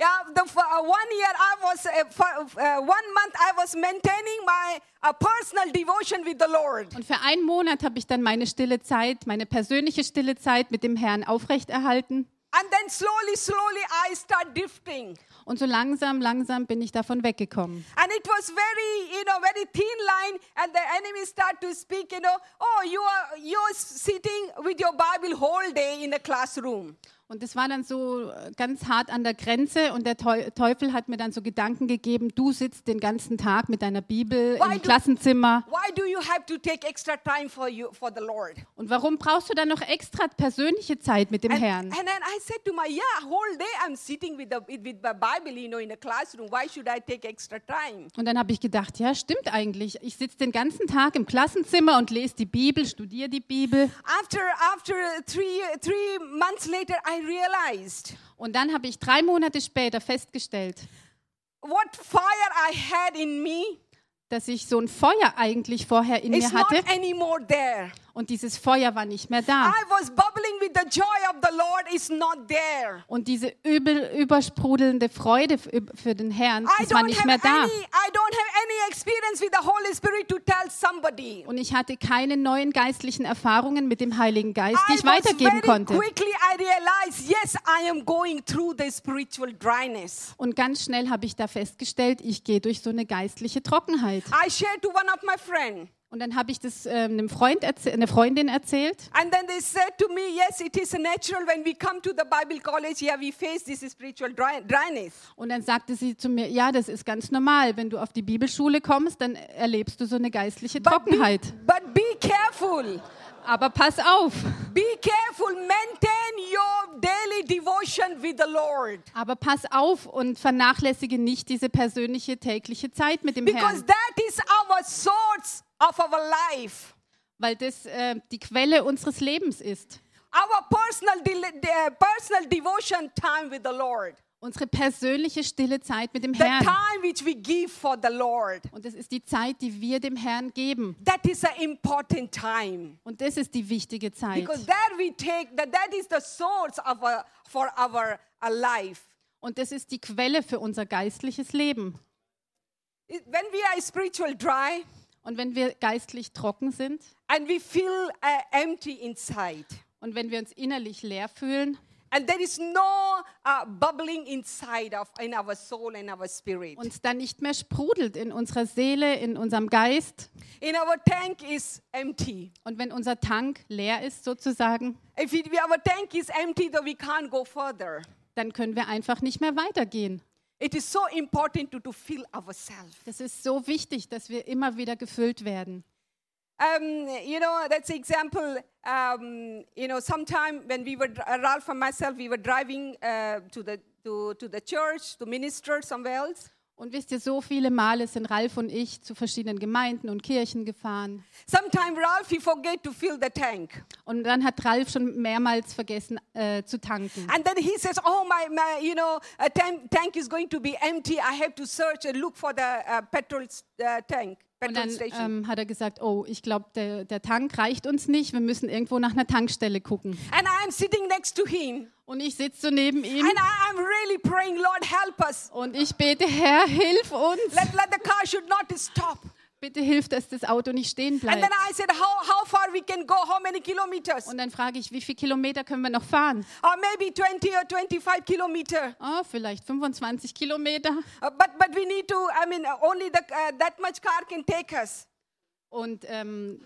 [SPEAKER 1] Yeah, the f- uh, one year I was, uh, f- uh, one month I was maintaining my uh, personal devotion with the Lord.
[SPEAKER 2] Und für einen Monat habe ich dann meine stille Zeit, meine persönliche stille Zeit mit dem Herrn aufrechterhalten.
[SPEAKER 1] And then slowly, slowly, I start drifting.
[SPEAKER 2] Und so langsam, langsam bin ich davon weggekommen.
[SPEAKER 1] And it was very, you know, very thin line. And the enemy start to speak, you know, oh, you are you're sitting with your Bible whole day in the classroom.
[SPEAKER 2] Und das war dann so äh, ganz hart an der Grenze und der Teu- Teufel hat mir dann so Gedanken gegeben, du sitzt den ganzen Tag mit deiner Bibel
[SPEAKER 1] Why
[SPEAKER 2] im
[SPEAKER 1] do-
[SPEAKER 2] Klassenzimmer
[SPEAKER 1] Why do you have to take extra time for you for the Lord?
[SPEAKER 2] und warum brauchst du dann noch extra persönliche Zeit mit dem
[SPEAKER 1] And,
[SPEAKER 2] Herrn?
[SPEAKER 1] and then I said to my, yeah, whole day I'm sitting with the with with my Bible, you know, in the classroom. Why should I take extra time?
[SPEAKER 2] Und dann habe ich gedacht, ja, stimmt eigentlich. Ich sitze den ganzen Tag im Klassenzimmer und lese die Bibel, studiere die Bibel.
[SPEAKER 1] After after three three months later, I realized
[SPEAKER 2] Und dann habe ich drei Monate später festgestellt,
[SPEAKER 1] what fire I had in me
[SPEAKER 2] dass ich so ein Feuer eigentlich vorher in
[SPEAKER 1] is
[SPEAKER 2] mir hatte
[SPEAKER 1] not anymore there.
[SPEAKER 2] und dieses Feuer war nicht mehr da.
[SPEAKER 1] I was bubbling with the joy of the Lord is not there.
[SPEAKER 2] Und diese übel, übersprudelnde Freude f- üb- für den Herrn,
[SPEAKER 1] I
[SPEAKER 2] das war
[SPEAKER 1] don't
[SPEAKER 2] nicht
[SPEAKER 1] have
[SPEAKER 2] mehr
[SPEAKER 1] any
[SPEAKER 2] da.
[SPEAKER 1] I don't have any experience with the Holy Spirit to tell somebody.
[SPEAKER 2] Und ich hatte keine neuen geistlichen Erfahrungen mit dem Heiligen Geist, die
[SPEAKER 1] I
[SPEAKER 2] ich
[SPEAKER 1] was very
[SPEAKER 2] weitergeben konnte.
[SPEAKER 1] quickly I realized yes I am going through the spiritual dryness.
[SPEAKER 2] Und ganz schnell habe ich da festgestellt, ich gehe durch so eine geistliche Trockenheit.
[SPEAKER 1] I shared to one of my friend
[SPEAKER 2] Und dann habe ich das ähm, einem Freund erzäh- einer Freundin erzählt.
[SPEAKER 1] and then they said to me yes it is natural when we come to the Bible college yeah we face this spiritual dry- dryness.
[SPEAKER 2] Und dann sagte sie zu mir, ja, das ist ganz normal. Wenn du auf die Bibelschule kommst, dann erlebst du so eine geistliche
[SPEAKER 1] But be,
[SPEAKER 2] Trockenheit.
[SPEAKER 1] but be careful.
[SPEAKER 2] Aber pass auf.
[SPEAKER 1] Be careful maintain your daily devotion with the Lord.
[SPEAKER 2] Aber pass auf und vernachlässige nicht diese persönliche tägliche Zeit mit dem
[SPEAKER 1] Because
[SPEAKER 2] Herrn.
[SPEAKER 1] that is our source of our life.
[SPEAKER 2] weil das äh, die Quelle unseres Lebens ist.
[SPEAKER 1] Our personal, del- de- personal devotion time with the Lord.
[SPEAKER 2] Unsere persönliche stille Zeit mit dem
[SPEAKER 1] The
[SPEAKER 2] Herrn.
[SPEAKER 1] time which we give for the Lord.
[SPEAKER 2] Und das ist die Zeit, die wir dem Herrn geben.
[SPEAKER 1] That is an important time.
[SPEAKER 2] Und das ist die wichtige Zeit.
[SPEAKER 1] Because there we take, that, that is the source of our, for our, our life.
[SPEAKER 2] Und das ist die Quelle für unser geistliches Leben.
[SPEAKER 1] It- When we are spiritual dry
[SPEAKER 2] Und wenn wir geistlich trocken sind
[SPEAKER 1] and we feel uh, empty inside,
[SPEAKER 2] und wenn wir uns innerlich leer fühlen
[SPEAKER 1] and there is no uh, bubbling inside of in our soul and our spirit.
[SPEAKER 2] uns dann nicht mehr sprudelt in unserer Seele, in unserem Geist
[SPEAKER 1] In our tank is empty.
[SPEAKER 2] und wenn unser Tank leer ist sozusagen,
[SPEAKER 1] If it, our tank is empty, though we can't go further.
[SPEAKER 2] dann können wir einfach nicht mehr weitergehen.
[SPEAKER 1] It is so important to, to fill ourselves.
[SPEAKER 2] Das ist so wichtig, dass wir immer wieder gefüllt werden.
[SPEAKER 1] Um, you know, that's example. Um, you know, sometime when we were dr- uh, Ralph and myself, we were driving uh, to the to, to the church to minister somewhere else.
[SPEAKER 2] Und wisst ihr, so viele Male sind Ralf und ich zu verschiedenen Gemeinden und Kirchen gefahren.
[SPEAKER 1] Sometime Ralph he forget to fill the tank,
[SPEAKER 2] Und dann hat Ralf schon mehrmals vergessen äh, zu tanken.
[SPEAKER 1] and then he says, "Oh my, my you know, uh, tank, tank is going to be empty. I have to search and look for the uh, petrol s- uh, tank,
[SPEAKER 2] Und
[SPEAKER 1] petrol
[SPEAKER 2] dann
[SPEAKER 1] station."
[SPEAKER 2] ähm, hat er gesagt, oh, ich glaube, der, der Tank reicht uns nicht, wir müssen irgendwo nach einer Tankstelle gucken.
[SPEAKER 1] And I am sitting next to him.
[SPEAKER 2] Und ich sitze so neben ihm
[SPEAKER 1] And I am really praying, Lord, help us.
[SPEAKER 2] und ich bete, Herr, hilf uns.
[SPEAKER 1] Let, let the car should not stop.
[SPEAKER 2] Bitte hilf, dass das Auto nicht stehen
[SPEAKER 1] And then
[SPEAKER 2] bleibt.
[SPEAKER 1] I said, how, how far we can go, how many kilometers?
[SPEAKER 2] Und dann frage ich, wie viele Kilometer können wir noch fahren?
[SPEAKER 1] Or maybe 20 or 25 kilometer.
[SPEAKER 2] Oh, vielleicht 25 Kilometer.
[SPEAKER 1] Uh, but, but we need to, I mean, uh, only the, uh, that much car can take us.
[SPEAKER 2] Und ähm,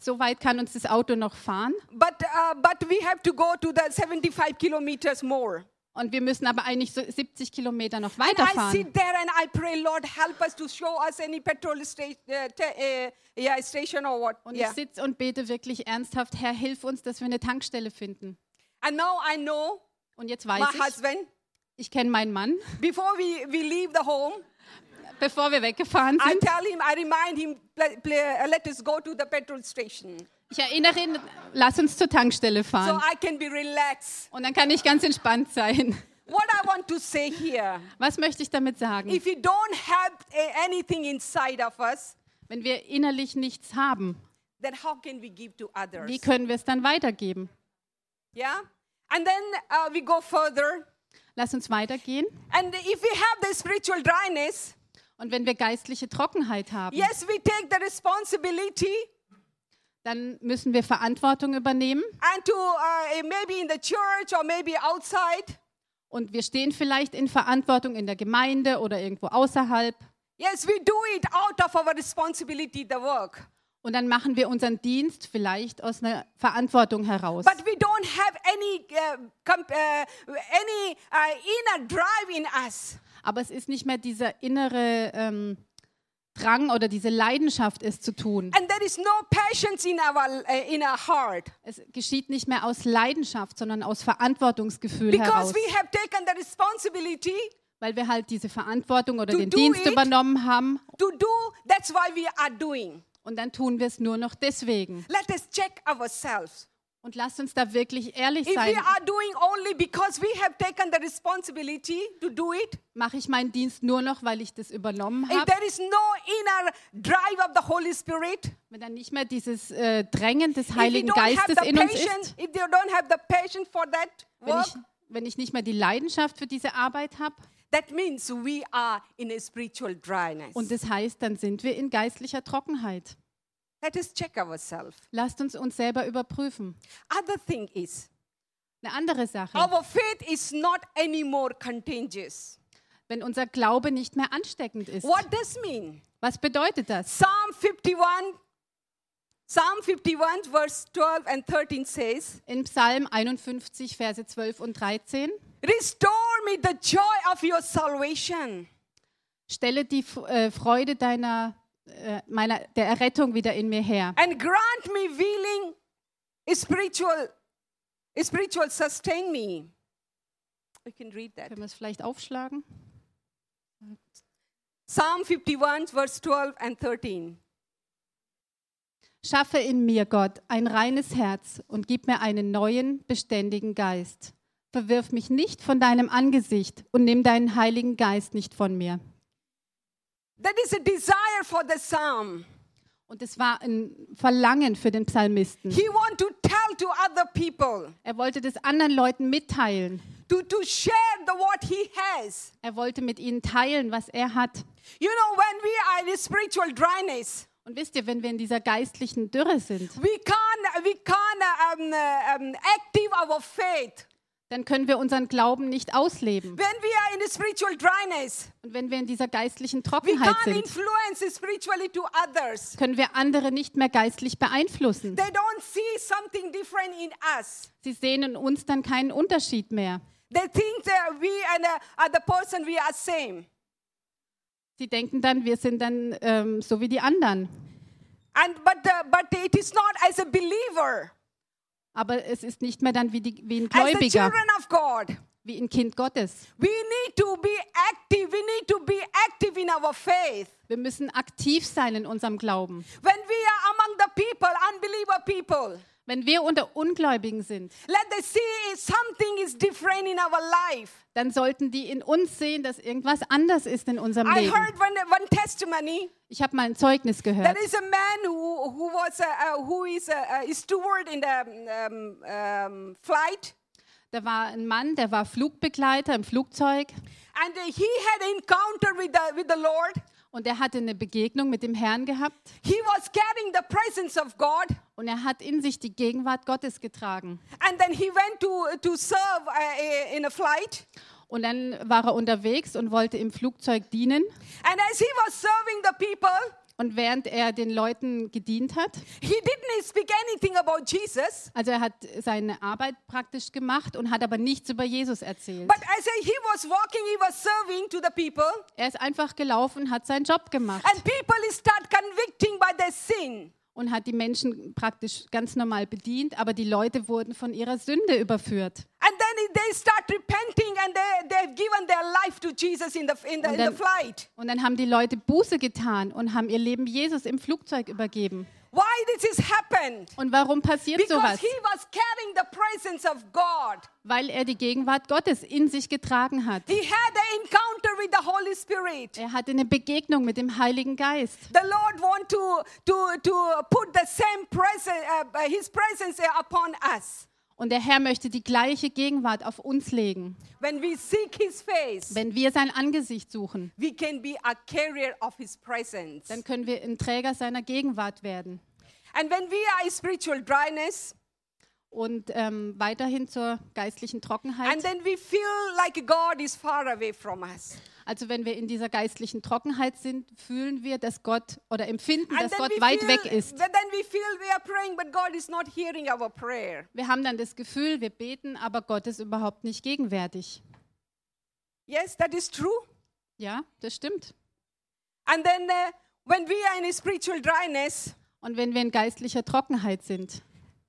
[SPEAKER 2] so weit kann uns das Auto noch fahren.
[SPEAKER 1] But, uh, but we have to go to the 75 kilometers more.
[SPEAKER 2] Und wir müssen aber eigentlich so 70 Kilometer noch
[SPEAKER 1] And I
[SPEAKER 2] weiterfahren.
[SPEAKER 1] sit there and I pray, Lord, help us to show us any petrol sta- uh, ta- uh, yeah, station or what.
[SPEAKER 2] Und
[SPEAKER 1] yeah.
[SPEAKER 2] ich sitze und bete wirklich ernsthaft, Herr, hilf uns, dass wir eine Tankstelle finden.
[SPEAKER 1] And now I know
[SPEAKER 2] Und jetzt
[SPEAKER 1] my
[SPEAKER 2] weiß ich,
[SPEAKER 1] husband,
[SPEAKER 2] ich kenne meinen Mann.
[SPEAKER 1] before we, we leave the home,
[SPEAKER 2] Bevor wir weggefahren
[SPEAKER 1] I
[SPEAKER 2] sind,
[SPEAKER 1] tell him, I remind him, "Pla- pla- uh, let us go to the petrol station
[SPEAKER 2] ich erinnere ihn, lass uns zur Tankstelle
[SPEAKER 1] so
[SPEAKER 2] fahren.
[SPEAKER 1] I can be relaxed.
[SPEAKER 2] Und dann kann ich ganz entspannt sein.
[SPEAKER 1] What I want to say here
[SPEAKER 2] Was möchte ich damit sagen?
[SPEAKER 1] if we don't have a- anything inside of us,
[SPEAKER 2] Wenn wir innerlich nichts haben,
[SPEAKER 1] then how can we give to others?
[SPEAKER 2] wie können wir es dann weitergeben?
[SPEAKER 1] Yeah? And then uh, we go further.
[SPEAKER 2] Lass uns weitergehen.
[SPEAKER 1] And if we have the spiritual dryness,
[SPEAKER 2] Und wenn wir geistliche Trockenheit haben,
[SPEAKER 1] yes, we take the responsibility
[SPEAKER 2] dann müssen wir Verantwortung übernehmen
[SPEAKER 1] and to uh, maybe in the church or maybe outside.
[SPEAKER 2] und wir stehen vielleicht in Verantwortung in der Gemeinde oder irgendwo außerhalb
[SPEAKER 1] Yes, we do it out of our responsibility, the work.
[SPEAKER 2] und dann machen wir unseren Dienst vielleicht aus einer Verantwortung heraus.
[SPEAKER 1] But we don't have any, uh, comp- uh, any uh, inner drive in us.
[SPEAKER 2] Aber es ist nicht mehr dieser innere ähm, Drang oder diese Leidenschaft, es zu tun.
[SPEAKER 1] And there is no passions in our, uh, in our heart.
[SPEAKER 2] Es geschieht nicht mehr aus Leidenschaft, sondern aus Verantwortungsgefühl
[SPEAKER 1] Because
[SPEAKER 2] heraus,
[SPEAKER 1] we have taken the responsibility
[SPEAKER 2] weil wir halt diese Verantwortung oder
[SPEAKER 1] To
[SPEAKER 2] den
[SPEAKER 1] do
[SPEAKER 2] Dienst
[SPEAKER 1] it.
[SPEAKER 2] übernommen haben
[SPEAKER 1] to do, that's why we are doing.
[SPEAKER 2] und dann tun wir es nur noch deswegen.
[SPEAKER 1] Let us check ourselves.
[SPEAKER 2] Und lasst uns da wirklich ehrlich
[SPEAKER 1] If we
[SPEAKER 2] sein.
[SPEAKER 1] are doing only because we have taken the responsibility to do it,
[SPEAKER 2] Mache ich meinen Dienst nur noch, weil ich das übernommen
[SPEAKER 1] if
[SPEAKER 2] habe?
[SPEAKER 1] there is no inner drive of the Holy Spirit,
[SPEAKER 2] Wenn dann nicht mehr dieses äh, Drängen des
[SPEAKER 1] if we
[SPEAKER 2] Heiligen
[SPEAKER 1] don't have
[SPEAKER 2] Geistes
[SPEAKER 1] the
[SPEAKER 2] in uns ist,
[SPEAKER 1] patience, if they don't have the patience for that
[SPEAKER 2] wenn
[SPEAKER 1] work,
[SPEAKER 2] ich, wenn ich nicht mehr die Leidenschaft für diese Arbeit habe,
[SPEAKER 1] that means we are in a spiritual dryness.
[SPEAKER 2] und das heißt, dann sind wir in geistlicher Trockenheit.
[SPEAKER 1] Let us check ourselves.
[SPEAKER 2] Lasst uns uns selber überprüfen.
[SPEAKER 1] Other thing is,
[SPEAKER 2] Eine andere Sache,
[SPEAKER 1] our faith is not anymore contagious.
[SPEAKER 2] wenn unser Glaube nicht mehr ansteckend ist.
[SPEAKER 1] What does mean?
[SPEAKER 2] Was bedeutet das?
[SPEAKER 1] Psalm 51, Psalm 51, verse 12 and 13 says,
[SPEAKER 2] In Psalm 51, Verse 12 und 13,
[SPEAKER 1] Restore me the joy of your salvation
[SPEAKER 2] stelle die F- äh, Freude deiner, äh, meiner, der Errettung wieder in mir her
[SPEAKER 1] and grant me willing spiritual, spiritual sustain me. You can read that.
[SPEAKER 2] Können wir es vielleicht aufschlagen?
[SPEAKER 1] Psalm 51, verse 12 and 13.
[SPEAKER 2] Schaffe in mir, Gott, ein reines Herz und gib mir einen neuen, beständigen Geist. Verwirf mich nicht von deinem Angesicht und nimm deinen Heiligen Geist nicht von mir.
[SPEAKER 1] That is a desire for the psalm.
[SPEAKER 2] Und es war ein Verlangen für den Psalmisten.
[SPEAKER 1] He want to tell to other people,
[SPEAKER 2] Er wollte das anderen Leuten mitteilen.
[SPEAKER 1] to, to share the what he has.
[SPEAKER 2] Er wollte mit ihnen teilen, was er hat.
[SPEAKER 1] You know, when we are in a spiritual dryness,
[SPEAKER 2] Und wisst ihr, wenn wir in dieser geistlichen Dürre sind,
[SPEAKER 1] we can't, we can't uh, um, uh, um, active our faith.
[SPEAKER 2] dann können wir unseren Glauben nicht ausleben.
[SPEAKER 1] When we are in a spiritual dryness,
[SPEAKER 2] Und wenn wir in dieser geistlichen
[SPEAKER 1] we
[SPEAKER 2] Trockenheit
[SPEAKER 1] can't
[SPEAKER 2] sind,
[SPEAKER 1] influence spiritually to others.
[SPEAKER 2] können wir andere nicht mehr geistlich beeinflussen.
[SPEAKER 1] They don't see something different in us.
[SPEAKER 2] Sie sehen in uns dann keinen Unterschied mehr.
[SPEAKER 1] They think that we and uh, other person we are same.
[SPEAKER 2] Sie denken dann, wir sind dann ähm, so wie die anderen.
[SPEAKER 1] And but uh, but it is not as a believer,
[SPEAKER 2] Aber es ist nicht mehr dann wie, die, wie ein
[SPEAKER 1] as the
[SPEAKER 2] Gläubiger,
[SPEAKER 1] children of God.
[SPEAKER 2] wie ein Kind Gottes.
[SPEAKER 1] We need to be active. We need to be active in our faith.
[SPEAKER 2] Wir müssen aktiv sein in unserem Glauben.
[SPEAKER 1] When we are among the people, unbeliever people,
[SPEAKER 2] Wenn wir unter Ungläubigen sind,
[SPEAKER 1] let them see if something is different in our life.
[SPEAKER 2] dann sollten die in uns sehen, dass irgendwas anders ist in unserem
[SPEAKER 1] I
[SPEAKER 2] Leben.
[SPEAKER 1] heard one, one testimony.
[SPEAKER 2] Ich habe mal ein Zeugnis gehört.
[SPEAKER 1] There is a man who, who was a, a, who is a, a steward in a um, um, flight,
[SPEAKER 2] Da war ein Mann, der war Flugbegleiter im Flugzeug
[SPEAKER 1] and he had an encounter with the with the Lord.
[SPEAKER 2] und er hatte eine Begegnung mit dem Herrn gehabt
[SPEAKER 1] He was carrying the presence of God,
[SPEAKER 2] und er hat in sich die Gegenwart Gottes getragen.
[SPEAKER 1] and then he went to to serve uh, in a flight.
[SPEAKER 2] Und dann war er unterwegs und wollte im Flugzeug dienen.
[SPEAKER 1] And as he was serving the people,
[SPEAKER 2] Und während er den Leuten gedient hat,
[SPEAKER 1] he didn't speak anything about Jesus.
[SPEAKER 2] also er hat seine Arbeit praktisch gemacht und hat aber nichts über Jesus erzählt.
[SPEAKER 1] But as he was walking, he was serving to the people,
[SPEAKER 2] Er ist einfach gelaufen, hat seinen Job gemacht
[SPEAKER 1] and people start convicting by their sin.
[SPEAKER 2] und hat die Menschen praktisch ganz normal bedient, aber die Leute wurden von ihrer Sünde überführt.
[SPEAKER 1] And then it- they start repenting and they, they've given their life to Jesus in the, in the, in
[SPEAKER 2] Und
[SPEAKER 1] the
[SPEAKER 2] dann-
[SPEAKER 1] flight.
[SPEAKER 2] Und dann haben die Leute Buße getan und haben ihr Leben Jesus im Flugzeug übergeben.
[SPEAKER 1] Why this has happened?
[SPEAKER 2] Und warum passiert
[SPEAKER 1] Because
[SPEAKER 2] sowas?
[SPEAKER 1] he was carrying the presence of God.
[SPEAKER 2] Weil er die Gegenwart Gottes in sich getragen hat.
[SPEAKER 1] He had an encounter with the Holy Spirit.
[SPEAKER 2] Er hatte eine Begegnung mit dem Heiligen Geist.
[SPEAKER 1] The Lord want to, to, to put the same presence, uh, his presence upon us.
[SPEAKER 2] Und der Herr möchte die gleiche Gegenwart auf uns legen.
[SPEAKER 1] When we seek his face,
[SPEAKER 2] Wenn wir sein Angesicht suchen,
[SPEAKER 1] we can be a carrier of his presence.
[SPEAKER 2] dann können wir ein Träger seiner Gegenwart werden.
[SPEAKER 1] And when we are in spiritual dryness,
[SPEAKER 2] Und ähm, weiterhin zur geistlichen
[SPEAKER 1] and
[SPEAKER 2] Trockenheit.
[SPEAKER 1] then we feel like God is far away from us.
[SPEAKER 2] Also wenn wir in dieser geistlichen Trockenheit sind, fühlen wir, dass Gott oder empfinden,
[SPEAKER 1] And
[SPEAKER 2] dass
[SPEAKER 1] then
[SPEAKER 2] Gott
[SPEAKER 1] we,
[SPEAKER 2] weit
[SPEAKER 1] feel,
[SPEAKER 2] weg ist.
[SPEAKER 1] but then we feel we are praying, but God is not hearing our prayer.
[SPEAKER 2] Wir haben dann das Gefühl, wir beten, aber Gott ist überhaupt nicht gegenwärtig.
[SPEAKER 1] Yes, that is true.
[SPEAKER 2] Ja, das stimmt.
[SPEAKER 1] And then uh, when we are in a spiritual dryness,
[SPEAKER 2] Und wenn wir in geistlicher Trockenheit sind,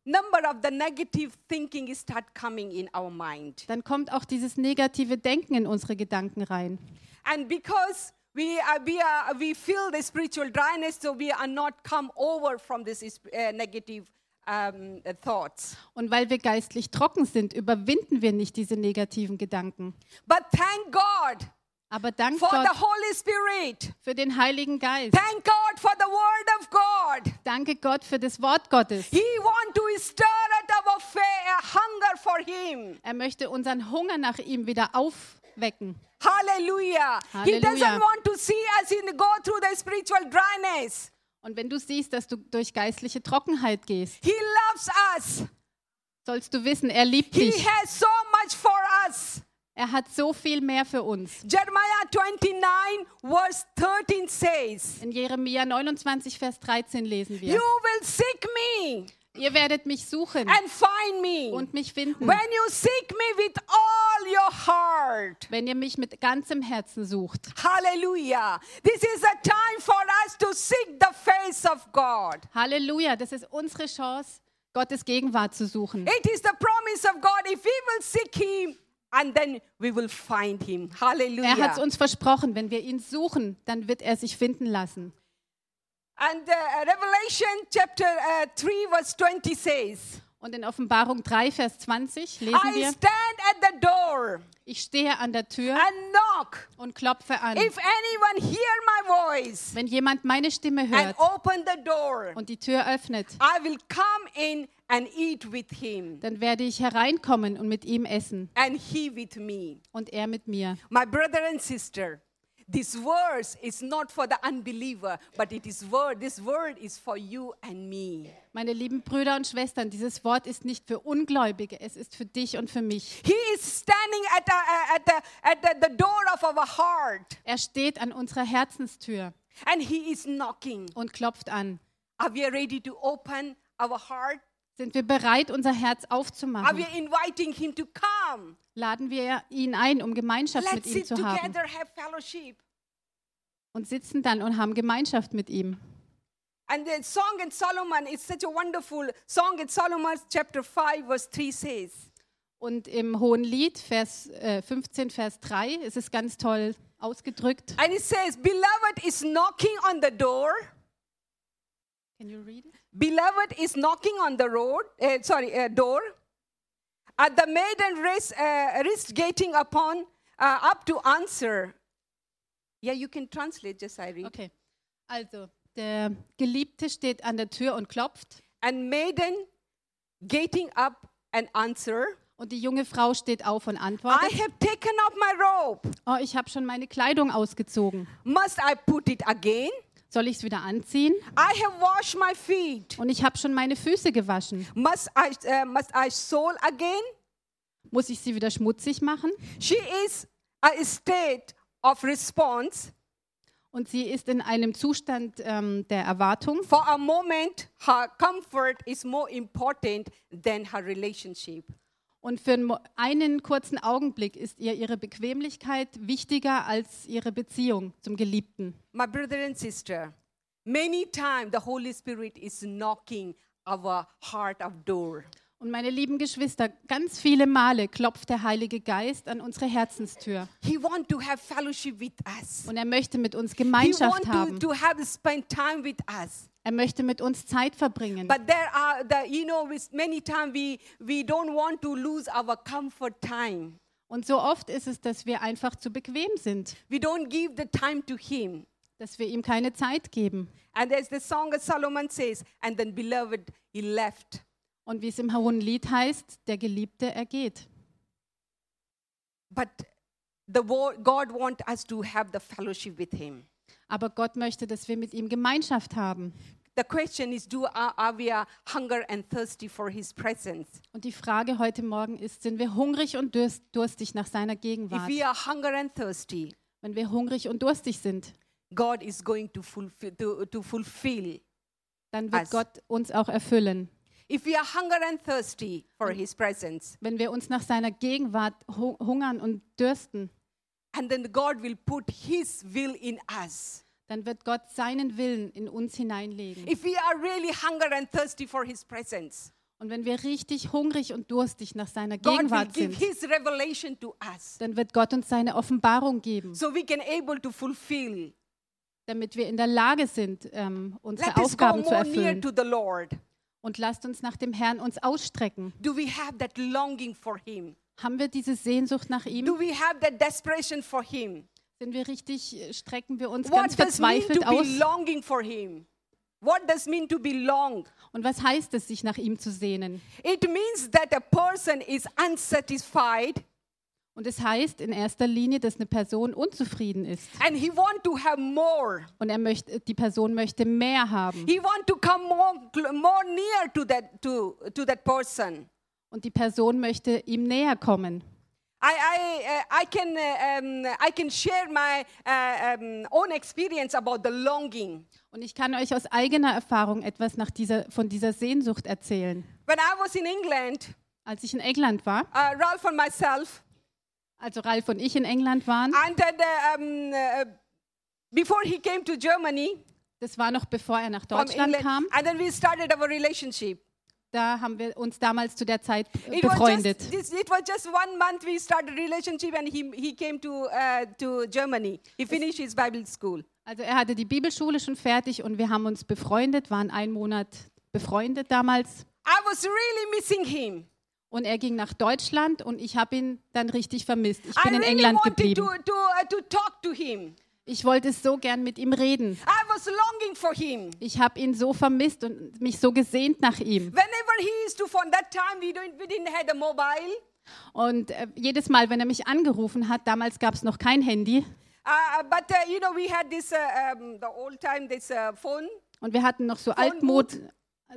[SPEAKER 1] number of the negative thinking is start coming in our mind.
[SPEAKER 2] dann kommt auch dieses negative Denken in unsere Gedanken rein.
[SPEAKER 1] And because we are, we are we feel the spiritual dryness, so we are not come over from this is- uh, negative um, uh, thoughts.
[SPEAKER 2] Und weil wir geistlich trocken sind, überwinden wir nicht diese negativen Gedanken.
[SPEAKER 1] But thank God
[SPEAKER 2] Aber dank
[SPEAKER 1] for the
[SPEAKER 2] Gott
[SPEAKER 1] Holy Spirit.
[SPEAKER 2] für den Heiligen Geist.
[SPEAKER 1] Thank God for the Word of God.
[SPEAKER 2] Danke Gott für das Wort Gottes.
[SPEAKER 1] He want to stir at our fa- uh, hunger for Him.
[SPEAKER 2] Er möchte unseren Hunger nach ihm wieder aufwecken.
[SPEAKER 1] Hallelujah. He doesn't
[SPEAKER 2] Hallelujah.
[SPEAKER 1] want to see us in, go through the spiritual dryness.
[SPEAKER 2] Und wenn du siehst, dass du durch geistliche Trockenheit gehst,
[SPEAKER 1] He loves us.
[SPEAKER 2] sollst du wissen, er liebt
[SPEAKER 1] He
[SPEAKER 2] dich.
[SPEAKER 1] has so much for us.
[SPEAKER 2] Er hat so viel mehr für uns.
[SPEAKER 1] Jeremiah 29, verse 13 says,
[SPEAKER 2] In Jeremia 29, Vers 13 lesen wir.
[SPEAKER 1] You will seek me
[SPEAKER 2] Ihr werdet mich suchen
[SPEAKER 1] and find me.
[SPEAKER 2] und mich finden,
[SPEAKER 1] When you seek me with all your heart.
[SPEAKER 2] wenn ihr mich mit ganzem Herzen sucht.
[SPEAKER 1] Hallelujah. This is a time for us to seek the face of God.
[SPEAKER 2] Halleluja, das ist unsere Chance, Gottes Gegenwart zu suchen.
[SPEAKER 1] It is the promise of God. If we will seek Him, and then we will find Him.
[SPEAKER 2] Er hat es
[SPEAKER 1] Hallelujah.
[SPEAKER 2] uns versprochen, wenn wir ihn suchen, dann wird er sich finden lassen.
[SPEAKER 1] And uh, Revelation chapter uh, 3, verse 20 says,
[SPEAKER 2] Und in Offenbarung 3, Vers 20 lesen
[SPEAKER 1] I
[SPEAKER 2] wir,
[SPEAKER 1] stand at the door
[SPEAKER 2] ich stehe an der Tür
[SPEAKER 1] and knock.
[SPEAKER 2] und klopfe an.
[SPEAKER 1] If anyone hear my voice
[SPEAKER 2] Wenn jemand meine Stimme
[SPEAKER 1] and
[SPEAKER 2] hört
[SPEAKER 1] open the door,
[SPEAKER 2] und die Tür öffnet,
[SPEAKER 1] I will come in and eat with him
[SPEAKER 2] dann werde ich hereinkommen und mit ihm essen
[SPEAKER 1] and he with me.
[SPEAKER 2] und er mit mir.
[SPEAKER 1] My brother and sister, this verse is not for the unbeliever, but it is word. This word is for you and me.
[SPEAKER 2] Meine lieben Brüder und Schwestern, dieses Wort ist nicht für Ungläubige, es ist für dich und für mich.
[SPEAKER 1] He is standing at, the- at, the, at the, the door of our heart
[SPEAKER 2] Er steht an unserer Herzenstür
[SPEAKER 1] and he is knocking.
[SPEAKER 2] und klopft an.
[SPEAKER 1] Are we ready to open our heart?
[SPEAKER 2] Sind wir bereit, unser Herz
[SPEAKER 1] Are we
[SPEAKER 2] aufzumachen?
[SPEAKER 1] inviting him to come?
[SPEAKER 2] Laden wir ihn ein, um Gemeinschaft mit
[SPEAKER 1] Let's
[SPEAKER 2] ihm
[SPEAKER 1] sit
[SPEAKER 2] zu haben.
[SPEAKER 1] together, have fellowship.
[SPEAKER 2] Und sitzen dann und haben Gemeinschaft mit ihm.
[SPEAKER 1] And the song in Solomon is such a wonderful song in Solomon chapter 5 verse 3 says,
[SPEAKER 2] Und im Hohen Lied, Vers äh, 15, Vers 3, ist es ganz toll ausgedrückt.
[SPEAKER 1] and it says, Beloved is knocking on the door.
[SPEAKER 2] Can you read it?
[SPEAKER 1] Beloved is knocking on the road, eh, sorry, eh, door. At the maiden wrist, eh, wrist gating upon, uh, up to answer. Yeah, you can translate, just I read.
[SPEAKER 2] Okay. Also, der Geliebte steht an der Tür und klopft
[SPEAKER 1] And maiden gating up and answer.
[SPEAKER 2] und die junge Frau steht auf und
[SPEAKER 1] I
[SPEAKER 2] antwortet,
[SPEAKER 1] have taken off my robe.
[SPEAKER 2] oh, ich habe schon meine Kleidung ausgezogen.
[SPEAKER 1] Must I put it again?
[SPEAKER 2] Soll ich es wieder anziehen?
[SPEAKER 1] I have washed my feet.
[SPEAKER 2] Und ich habe schon meine Füße gewaschen.
[SPEAKER 1] Must I, uh, must I soul again?
[SPEAKER 2] Muss ich sie wieder schmutzig machen?
[SPEAKER 1] She is a state of response
[SPEAKER 2] Und sie ist in einem Zustand ähm, der Erwartung.
[SPEAKER 1] for a moment. Her comfort is more important than her relationship.
[SPEAKER 2] Und für einen Mo- einen kurzen Augenblick ist ihr ihre Bequemlichkeit wichtiger als ihre Beziehung zum Geliebten.
[SPEAKER 1] My brother and sister, many times the Holy Spirit is knocking our heart of door.
[SPEAKER 2] Und meine lieben Geschwister, ganz viele Male klopft der Heilige Geist an unsere Herzenstür.
[SPEAKER 1] He want to have fellowship with us.
[SPEAKER 2] Und er möchte mit uns
[SPEAKER 1] He
[SPEAKER 2] Gemeinschaft
[SPEAKER 1] want
[SPEAKER 2] haben.
[SPEAKER 1] to, to have spend time with us.
[SPEAKER 2] Er möchte mit uns Zeit verbringen.
[SPEAKER 1] But there are the you know with many times we we don't want to lose our comfort time.
[SPEAKER 2] Und so oft ist es, dass wir einfach zu bequem sind,
[SPEAKER 1] We don't give the time to him.
[SPEAKER 2] dass wir ihm keine Zeit geben.
[SPEAKER 1] And as the song of Solomon says, and then beloved, he left.
[SPEAKER 2] Und wie es im Hohen Lied heißt, der Geliebte ergeht.
[SPEAKER 1] But the wo- God wants us to have the fellowship with him.
[SPEAKER 2] Aber Gott möchte, dass wir mit ihm Gemeinschaft haben.
[SPEAKER 1] The question is, do are, are we uh, hunger and thirsty for His presence?
[SPEAKER 2] Und die Frage heute Morgen ist, sind wir hungrig und dürst, durstig nach seiner
[SPEAKER 1] If
[SPEAKER 2] Gegenwart?
[SPEAKER 1] we are hunger and thirsty,
[SPEAKER 2] Wenn wir hungrig und durstig sind,
[SPEAKER 1] God is going to fulfill. To, to fulfill.
[SPEAKER 2] dann
[SPEAKER 1] Als-
[SPEAKER 2] wird Gott uns auch erfüllen.
[SPEAKER 1] If we are hunger and thirsty for His presence,
[SPEAKER 2] Wenn wir uns nach seiner Gegenwart hu hungern und dürsten,
[SPEAKER 1] and then God will put His will in us.
[SPEAKER 2] dann wird Gott seinen Willen in uns hineinlegen.
[SPEAKER 1] If we are really hunger and thirsty for His presence,
[SPEAKER 2] Und wenn wir richtig hungrig und durstig nach seiner
[SPEAKER 1] God will
[SPEAKER 2] Gegenwart
[SPEAKER 1] give
[SPEAKER 2] sind,
[SPEAKER 1] His revelation to us,
[SPEAKER 2] dann wird Gott uns seine Offenbarung geben,
[SPEAKER 1] so we can able to fulfill.
[SPEAKER 2] damit wir in der Lage sind, ähm, unsere
[SPEAKER 1] Let us go
[SPEAKER 2] Aufgaben zu
[SPEAKER 1] more near
[SPEAKER 2] erfüllen.
[SPEAKER 1] to the Lord.
[SPEAKER 2] Und lasst uns nach dem Herrn uns ausstrecken.
[SPEAKER 1] Do we have that longing for Him?
[SPEAKER 2] Haben wir diese Sehnsucht nach
[SPEAKER 1] Do
[SPEAKER 2] ihm?
[SPEAKER 1] we have that desperation for Him?
[SPEAKER 2] Sind wir richtig, äh, strecken wir uns
[SPEAKER 1] What
[SPEAKER 2] ganz
[SPEAKER 1] does mean to
[SPEAKER 2] verzweifelt aus?
[SPEAKER 1] be longing for Him? What does mean to be long?
[SPEAKER 2] Und was heißt es, sich nach ihm zu sehnen?
[SPEAKER 1] It means that a person is unsatisfied
[SPEAKER 2] Und es heißt in erster Linie, dass eine Person unzufrieden ist.
[SPEAKER 1] and he want to have more.
[SPEAKER 2] Und er möchte, die Person möchte mehr haben.
[SPEAKER 1] He want to come more, cl- more near to that, to, to that person.
[SPEAKER 2] Und die Person möchte ihm näher kommen.
[SPEAKER 1] I, I, uh, I, can, uh, um, I can share my uh, um, own experience about the longing.
[SPEAKER 2] Und ich kann euch aus eigener Erfahrung etwas nach dieser, von dieser Sehnsucht erzählen.
[SPEAKER 1] When I was in England,
[SPEAKER 2] Als ich in England war,
[SPEAKER 1] uh, Ralph and myself,
[SPEAKER 2] also Ralf und ich in England waren,
[SPEAKER 1] and then, um, uh, before he came to Germany,
[SPEAKER 2] das war noch bevor er nach
[SPEAKER 1] from
[SPEAKER 2] Deutschland
[SPEAKER 1] England,
[SPEAKER 2] kam,
[SPEAKER 1] and then we started our relationship.
[SPEAKER 2] da haben wir uns damals zu der Zeit äh,
[SPEAKER 1] It was,
[SPEAKER 2] befreundet.
[SPEAKER 1] just, this- it was just one month we started relationship and he, he came to, uh, to Germany. He finished his Bible school.
[SPEAKER 2] Also er hatte die Bibelschule schon fertig und wir haben uns befreundet, waren einen Monat befreundet damals.
[SPEAKER 1] I was really missing him.
[SPEAKER 2] Und er ging nach Deutschland und ich habe ihn dann richtig vermisst. Ich
[SPEAKER 1] I
[SPEAKER 2] bin in
[SPEAKER 1] really
[SPEAKER 2] England
[SPEAKER 1] wanted
[SPEAKER 2] geblieben.
[SPEAKER 1] to, to, uh, to talk to him.
[SPEAKER 2] Ich wollte so gern mit ihm reden.
[SPEAKER 1] I was longing for him.
[SPEAKER 2] Ich habe ihn so vermisst und mich so gesehnt nach ihm.
[SPEAKER 1] Whenever he used to phone, that time we, don't, we didn't have a mobile.
[SPEAKER 2] Und äh, jedes Mal, wenn er mich angerufen hat, damals gab es noch kein Handy
[SPEAKER 1] Uh, but uh, you know, we had this, uh, um, the old time, this uh, phone.
[SPEAKER 2] und wir hatten noch so
[SPEAKER 1] Vollmut.
[SPEAKER 2] altmod,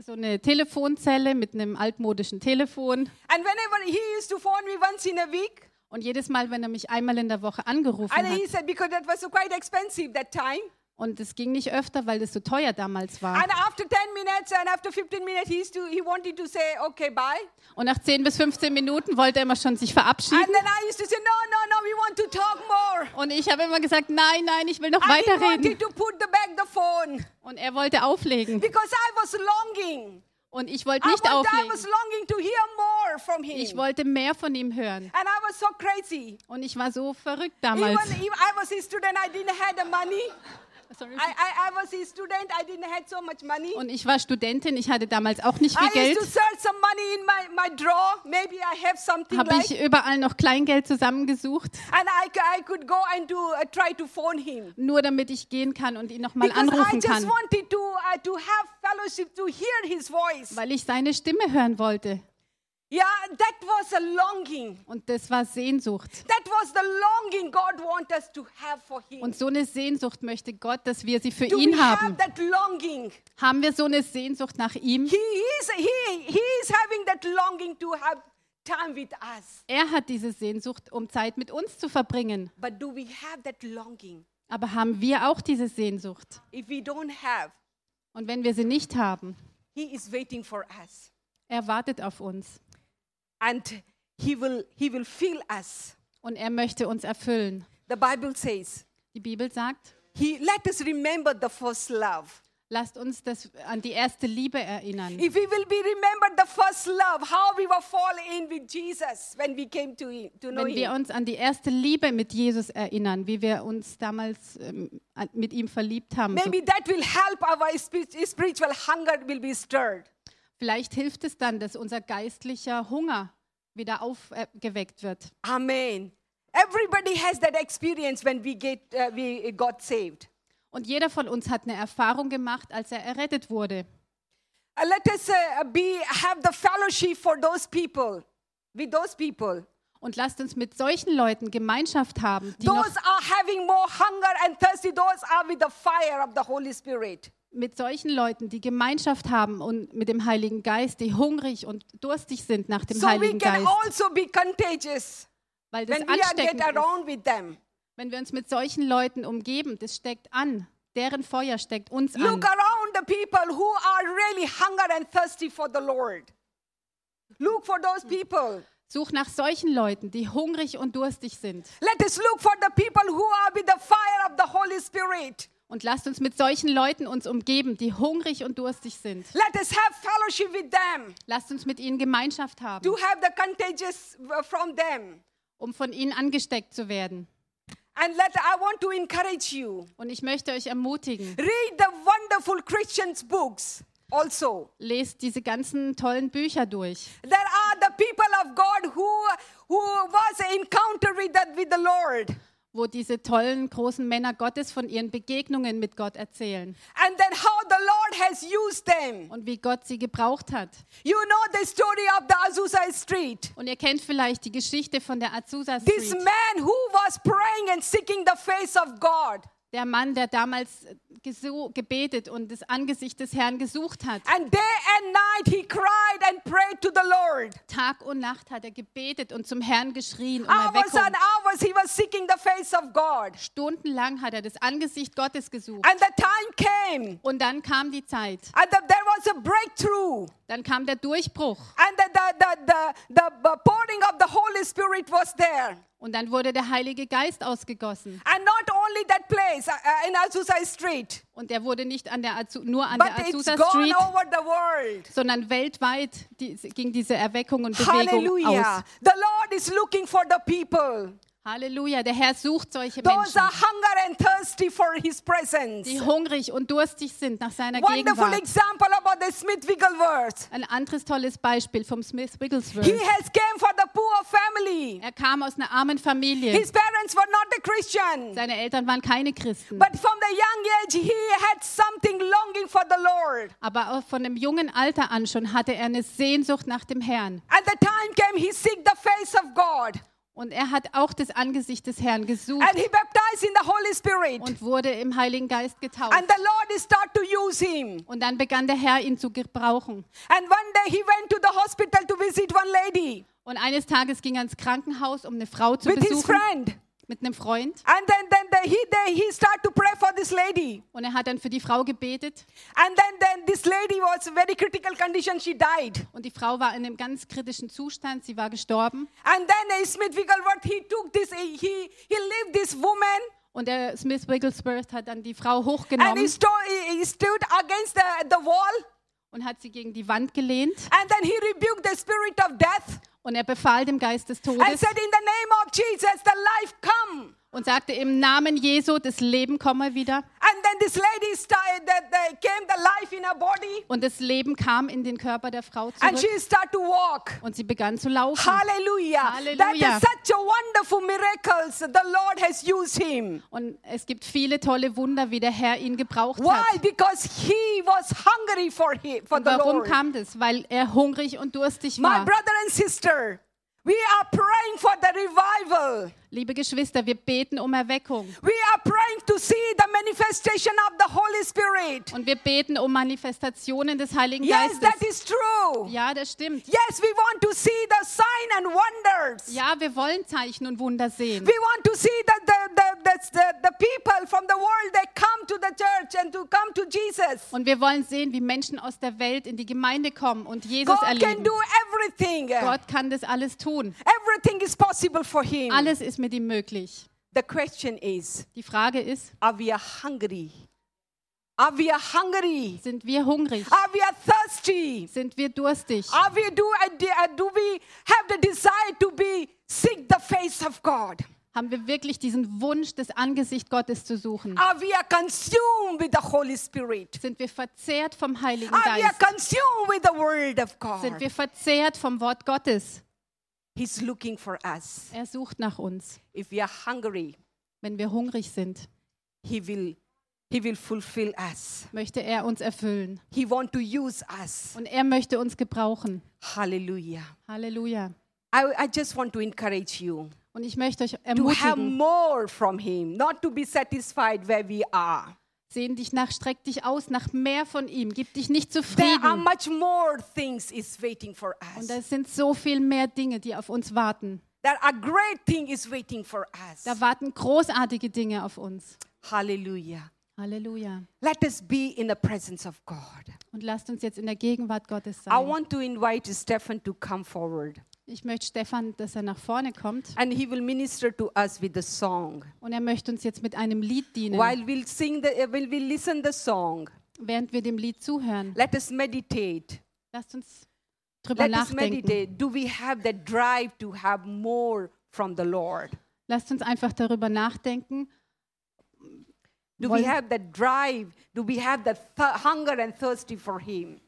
[SPEAKER 2] so eine Telefonzelle mit einem altmodischen Telefon.
[SPEAKER 1] And whenever he used to phone me once in a week,
[SPEAKER 2] Und jedes Mal, wenn er mich einmal in der Woche angerufen
[SPEAKER 1] and
[SPEAKER 2] hat,
[SPEAKER 1] he said, because that was quite expensive that time.
[SPEAKER 2] und es ging nicht öfter, weil das so teuer damals war.
[SPEAKER 1] And after 10 minutes and after 15 minutes, he, used to, he wanted to say, okay, bye.
[SPEAKER 2] Und nach 10 bis 15 Minuten wollte er immer schon sich
[SPEAKER 1] And
[SPEAKER 2] verabschieden.
[SPEAKER 1] then I used to say, no, no, no, we want to talk more.
[SPEAKER 2] Und ich habe immer gesagt, nein, nein, ich will noch
[SPEAKER 1] And he
[SPEAKER 2] weiterreden.
[SPEAKER 1] wanted to put the back the phone
[SPEAKER 2] Und er wollte auflegen.
[SPEAKER 1] because I was longing.
[SPEAKER 2] Und ich wollte
[SPEAKER 1] I,
[SPEAKER 2] nicht
[SPEAKER 1] want- I was
[SPEAKER 2] auflegen.
[SPEAKER 1] longing to hear more from him.
[SPEAKER 2] Ich wollte mehr von ihm hören.
[SPEAKER 1] And I was so crazy.
[SPEAKER 2] Und ich war so verrückt
[SPEAKER 1] Even,
[SPEAKER 2] damals.
[SPEAKER 1] even I was a student, I didn't have the money.
[SPEAKER 2] Sorry.
[SPEAKER 1] I, I, I was a student, I didn't have so much money.
[SPEAKER 2] Und ich war Studentin, ich hatte damals auch nicht
[SPEAKER 1] I
[SPEAKER 2] viel
[SPEAKER 1] used
[SPEAKER 2] Geld.
[SPEAKER 1] to search some money in my, my drawer. Maybe I have something
[SPEAKER 2] Habe
[SPEAKER 1] like,
[SPEAKER 2] ich überall noch Kleingeld zusammengesucht,
[SPEAKER 1] and I, c- I could go and do uh, try to phone him
[SPEAKER 2] nur damit ich gehen kann und ihn nochmal
[SPEAKER 1] because I
[SPEAKER 2] anrufen
[SPEAKER 1] just
[SPEAKER 2] kann,
[SPEAKER 1] wanted to uh, to have fellowship, to hear his voice.
[SPEAKER 2] weil ich seine Stimme hören wollte.
[SPEAKER 1] Yeah, that was a longing.
[SPEAKER 2] Und das war Sehnsucht.
[SPEAKER 1] That was the longing God wants us to have for him.
[SPEAKER 2] Und so eine Sehnsucht möchte Gott, dass wir sie für
[SPEAKER 1] Do we
[SPEAKER 2] ihn haben.
[SPEAKER 1] have that longing?
[SPEAKER 2] Haben wir so eine Sehnsucht nach ihm?
[SPEAKER 1] He is he he is having that longing to have time with us.
[SPEAKER 2] Er hat diese Sehnsucht, um Zeit mit uns zu verbringen.
[SPEAKER 1] But do we have that longing?
[SPEAKER 2] Aber haben wir auch diese Sehnsucht?
[SPEAKER 1] If we don't have,
[SPEAKER 2] Und wenn wir sie nicht haben,
[SPEAKER 1] he is waiting for us.
[SPEAKER 2] er wartet auf uns
[SPEAKER 1] And he will he will fill us.
[SPEAKER 2] und er möchte uns erfüllen.
[SPEAKER 1] The Bible says,
[SPEAKER 2] Die Bibel sagt,
[SPEAKER 1] he let us remember the first love.
[SPEAKER 2] Lasst uns das an die erste Liebe erinnern.
[SPEAKER 1] If we will be remembered the first love, how we were falling in with Jesus when we came to, him, to know
[SPEAKER 2] Wenn wir
[SPEAKER 1] him.
[SPEAKER 2] uns an die erste Liebe mit Jesus erinnern, wie wir uns damals ähm, an- mit ihm verliebt haben, so,
[SPEAKER 1] Maybe that will help our spirit- spiritual hunger will be stirred.
[SPEAKER 2] vielleicht hilft es dann, dass unser geistlicher Hunger wieder aufgeweckt wird.
[SPEAKER 1] Amen. Everybody has that experience when we get uh, we got saved.
[SPEAKER 2] Und jeder von uns hat eine Erfahrung gemacht, als er errettet wurde.
[SPEAKER 1] Uh, let us uh, be have the fellowship for those people with those people.
[SPEAKER 2] Und lasst uns mit solchen Leuten Gemeinschaft haben, die noch,
[SPEAKER 1] Those are having more hunger and thirsty. Those are with the fire of the Holy Spirit.
[SPEAKER 2] mit solchen Leuten, die Gemeinschaft haben und mit dem Heiligen Geist, die hungrig und durstig sind nach dem
[SPEAKER 1] So we
[SPEAKER 2] Heiligen
[SPEAKER 1] can
[SPEAKER 2] Geist,
[SPEAKER 1] also be contagious
[SPEAKER 2] weil das
[SPEAKER 1] when we are get
[SPEAKER 2] ansteckend ist.
[SPEAKER 1] around with them.
[SPEAKER 2] Wenn wir uns mit solchen Leuten umgeben, das steckt an. Deren Feuer steckt uns an.
[SPEAKER 1] Look around the people who are really hunger and thirsty for the Lord. Look for those people.
[SPEAKER 2] Such nach solchen Leuten, die hungrig und durstig sind.
[SPEAKER 1] Let us look for the people who are with the fire of the Holy Spirit.
[SPEAKER 2] Und lasst uns mit solchen Leuten uns umgeben, die hungrig und durstig sind.
[SPEAKER 1] Let us have fellowship with them
[SPEAKER 2] Lasst uns mit ihnen Gemeinschaft haben,
[SPEAKER 1] to have the contagious uh, from them.
[SPEAKER 2] um von ihnen angesteckt zu werden.
[SPEAKER 1] And let I want to encourage you.
[SPEAKER 2] Und ich möchte euch ermutigen,
[SPEAKER 1] Read the wonderful Christians books also.
[SPEAKER 2] lest diese ganzen tollen Bücher durch.
[SPEAKER 1] There are the people of God who who was an encounter with the, with the Lord.
[SPEAKER 2] wo diese tollen großen Männer Gottes von ihren Begegnungen mit Gott erzählen
[SPEAKER 1] And then how the Lord has used them.
[SPEAKER 2] und wie Gott sie gebraucht hat.
[SPEAKER 1] You know the story of the Azusa Street.
[SPEAKER 2] Und ihr kennt vielleicht die Geschichte von der Azusa
[SPEAKER 1] This
[SPEAKER 2] Street,
[SPEAKER 1] man who was praying and seeking the face of God.
[SPEAKER 2] der Mann, der damals äh, gesu- gebetet und das Angesicht des Herrn gesucht hat.
[SPEAKER 1] And day and night he cried and prayed to the Lord.
[SPEAKER 2] Tag und Nacht hat er gebetet und zum Herrn geschrien um
[SPEAKER 1] Hours and
[SPEAKER 2] Erweckung.
[SPEAKER 1] hours he was seeking the face of God.
[SPEAKER 2] Stundenlang hat er das Angesicht Gottes gesucht.
[SPEAKER 1] And the time came.
[SPEAKER 2] Und dann kam die Zeit,
[SPEAKER 1] And the, there was a breakthrough.
[SPEAKER 2] dann kam der Durchbruch
[SPEAKER 1] And the, the, the, the, the pouring of the Holy Spirit was there.
[SPEAKER 2] und dann wurde der Heilige Geist ausgegossen.
[SPEAKER 1] And not only that place uh, uh, in Azusa Street,
[SPEAKER 2] Und er wurde nicht an der Azu nur an
[SPEAKER 1] but
[SPEAKER 2] der
[SPEAKER 1] it's
[SPEAKER 2] Azusa
[SPEAKER 1] gone
[SPEAKER 2] Street,
[SPEAKER 1] over the world.
[SPEAKER 2] sondern weltweit die, ging diese Erweckung und Bewegung
[SPEAKER 1] Hallelujah.
[SPEAKER 2] aus.
[SPEAKER 1] The Lord is looking for the people.
[SPEAKER 2] Halleluja, der Herr sucht solche
[SPEAKER 1] Those
[SPEAKER 2] Menschen,
[SPEAKER 1] are hunger and thirsty for His presence.
[SPEAKER 2] die hungrig und durstig sind nach seiner
[SPEAKER 1] Wonderful
[SPEAKER 2] Gegenwart.
[SPEAKER 1] example about the Smith Wigglesworth.
[SPEAKER 2] Ein anderes tolles Beispiel vom Smith
[SPEAKER 1] He
[SPEAKER 2] Wigglesworth.
[SPEAKER 1] has came for the poor family.
[SPEAKER 2] Er kam aus einer armen Familie.
[SPEAKER 1] His parents were not a Christian,
[SPEAKER 2] Seine Eltern waren keine Christen.
[SPEAKER 1] but from the young age he had something longing for the Lord.
[SPEAKER 2] Aber auch von dem jungen Alter an schon hatte er eine Sehnsucht nach dem Herrn.
[SPEAKER 1] And the time came he seek the face of God,
[SPEAKER 2] Und er hat auch das Angesicht des Herrn gesucht
[SPEAKER 1] and he baptized in the Holy Spirit.
[SPEAKER 2] und wurde im Heiligen Geist getauft.
[SPEAKER 1] And the Lord is start to use him.
[SPEAKER 2] Und dann begann der Herr, ihn zu gebrauchen.
[SPEAKER 1] And one day he went to the hospital to visit one lady
[SPEAKER 2] Und eines Tages ging er ins Krankenhaus, um eine Frau zu
[SPEAKER 1] with his
[SPEAKER 2] besuchen,
[SPEAKER 1] friend.
[SPEAKER 2] mit einem Freund.
[SPEAKER 1] And then, then the, he they, he start to pray for this lady.
[SPEAKER 2] Und er hat dann für die Frau gebetet.
[SPEAKER 1] And then, then this lady was very critical condition. She died.
[SPEAKER 2] Und die Frau war in einem ganz kritischen Zustand. Sie war gestorben.
[SPEAKER 1] And then uh, Smith Wigglesworth he took this he he lived this woman
[SPEAKER 2] Und der Smith Wigglesworth hat dann die Frau
[SPEAKER 1] and he,
[SPEAKER 2] hochgenommen
[SPEAKER 1] sto- he- he stood against the, the wall
[SPEAKER 2] und hat sie gegen die Wand gelehnt.
[SPEAKER 1] and then he rebuked the spirit of death
[SPEAKER 2] Und er befahl dem Geist des
[SPEAKER 1] and
[SPEAKER 2] Todes
[SPEAKER 1] said, In the name of Jesus, the life come.
[SPEAKER 2] und sagte, im Namen Jesu, das Leben komme wieder.
[SPEAKER 1] And then this lady started, that they came the life in her body,
[SPEAKER 2] Und das Leben kam in den Körper der Frau
[SPEAKER 1] and
[SPEAKER 2] zurück.
[SPEAKER 1] she started to walk.
[SPEAKER 2] Und sie begann zu laufen.
[SPEAKER 1] Hallelujah. That
[SPEAKER 2] Hallelujah.
[SPEAKER 1] is such a wonderful miracles the Lord has used him.
[SPEAKER 2] Und es gibt viele tolle Wunder, wie der Herr ihn gebraucht
[SPEAKER 1] Why?
[SPEAKER 2] hat.
[SPEAKER 1] Because he was hungry for him, for
[SPEAKER 2] Und
[SPEAKER 1] the
[SPEAKER 2] warum
[SPEAKER 1] Lord.
[SPEAKER 2] kam das? Weil er hungrig und durstig
[SPEAKER 1] My
[SPEAKER 2] war.
[SPEAKER 1] brother and sister, we are praying for the revival.
[SPEAKER 2] Liebe Geschwister, wir beten um Erweckung.
[SPEAKER 1] We are praying to see the manifestation of the Holy Spirit.
[SPEAKER 2] Und wir beten um Manifestationen des Heiligen
[SPEAKER 1] Yes,
[SPEAKER 2] Geistes.
[SPEAKER 1] that is true.
[SPEAKER 2] Ja, das stimmt.
[SPEAKER 1] Yes, we want to see the sign and wonders.
[SPEAKER 2] Ja, wir wollen Zeichen und Wunder sehen.
[SPEAKER 1] We want to see that the, the, the, the, the people from the world they come to the church and to come to Jesus.
[SPEAKER 2] Und wir wollen sehen, wie Menschen aus der Welt in die Gemeinde kommen und Jesus
[SPEAKER 1] God can
[SPEAKER 2] erleben.
[SPEAKER 1] do everything.
[SPEAKER 2] Gott kann das alles tun.
[SPEAKER 1] Everything is possible for Him.
[SPEAKER 2] Alles ist mit ihm möglich.
[SPEAKER 1] The question is,
[SPEAKER 2] Die Frage ist,
[SPEAKER 1] are we hungry? Are we hungry?
[SPEAKER 2] sind wir hungrig?
[SPEAKER 1] Are we thirsty?
[SPEAKER 2] Sind wir durstig?
[SPEAKER 1] Are we do uh, do we have the desire to be seek the face of God?
[SPEAKER 2] Haben wir wirklich diesen Wunsch, das Angesicht Gottes zu suchen?
[SPEAKER 1] Are we are consumed with the Holy Spirit?
[SPEAKER 2] Sind wir verzehrt vom Heiligen
[SPEAKER 1] Are we are
[SPEAKER 2] Geist?
[SPEAKER 1] consumed with the Word of
[SPEAKER 2] Sind
[SPEAKER 1] God?
[SPEAKER 2] wir verzehrt vom Wort Gottes?
[SPEAKER 1] He's looking for us.
[SPEAKER 2] Er sucht nach uns,
[SPEAKER 1] if we are hungry
[SPEAKER 2] wenn wir hungrig sind.
[SPEAKER 1] he will he will fulfill us
[SPEAKER 2] möchte er uns erfüllen
[SPEAKER 1] he want to use us
[SPEAKER 2] und er möchte uns gebrauchen.
[SPEAKER 1] hallelujah
[SPEAKER 2] Halleluja.
[SPEAKER 1] i, I just want to encourage you
[SPEAKER 2] Und ich möchte euch
[SPEAKER 1] to have
[SPEAKER 2] ermutigen,
[SPEAKER 1] more from him not to be satisfied where we are
[SPEAKER 2] Sehn dich nach, streck dich aus nach mehr von ihm. Gib dich nicht
[SPEAKER 1] There are
[SPEAKER 2] zufrieden.
[SPEAKER 1] much more things is waiting for
[SPEAKER 2] Und
[SPEAKER 1] us.
[SPEAKER 2] es sind so viel mehr Dinge, die auf uns warten.
[SPEAKER 1] There are great thing is waiting for us.
[SPEAKER 2] Da warten großartige Dinge auf uns.
[SPEAKER 1] Hallelujah.
[SPEAKER 2] Halleluja.
[SPEAKER 1] Let us be in the presence of God.
[SPEAKER 2] Und lasst uns jetzt in der Gegenwart Gottes
[SPEAKER 1] I
[SPEAKER 2] sein.
[SPEAKER 1] want to invite Stefan to come forward
[SPEAKER 2] Ich möchte Stefan, dass er nach vorne kommt.
[SPEAKER 1] and he will minister to us with the song.
[SPEAKER 2] Und er möchte uns jetzt mit einem Lied dienen.
[SPEAKER 1] While we'll sing the uh, will we listen the song,
[SPEAKER 2] Während wir dem Lied zuhören,
[SPEAKER 1] let us meditate.
[SPEAKER 2] lasst uns drüber
[SPEAKER 1] Let us
[SPEAKER 2] nachdenken.
[SPEAKER 1] meditate. Do we have that drive to have more from the Lord?
[SPEAKER 2] Lasst uns einfach darüber nachdenken.
[SPEAKER 1] Do we
[SPEAKER 2] Wollen-
[SPEAKER 1] have that drive? Do we have that th- hunger and thirsty for him?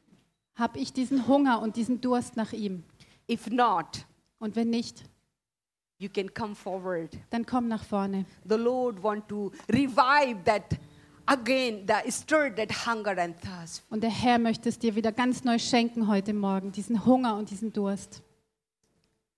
[SPEAKER 2] Habe ich diesen Hunger und diesen Durst nach ihm?
[SPEAKER 1] If not,
[SPEAKER 2] Und wenn nicht,
[SPEAKER 1] you can come forward.
[SPEAKER 2] dann komm nach vorne.
[SPEAKER 1] The Lord want to revive that again, the stir that hunger and thirst.
[SPEAKER 2] Und der Herr möchte es dir wieder ganz neu schenken heute Morgen, diesen Hunger und diesen Durst.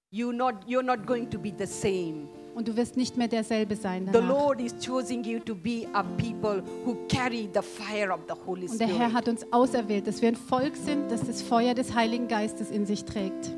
[SPEAKER 1] You not you're not going to be the same.
[SPEAKER 2] Und du wirst nicht mehr derselbe sein
[SPEAKER 1] The
[SPEAKER 2] danach.
[SPEAKER 1] Lord is choosing you to be a people who carry the fire of the Holy
[SPEAKER 2] Und der Herr
[SPEAKER 1] Spirit.
[SPEAKER 2] hat uns auserwählt, dass wir ein Volk sind, das das Feuer des Heiligen Geistes in sich trägt.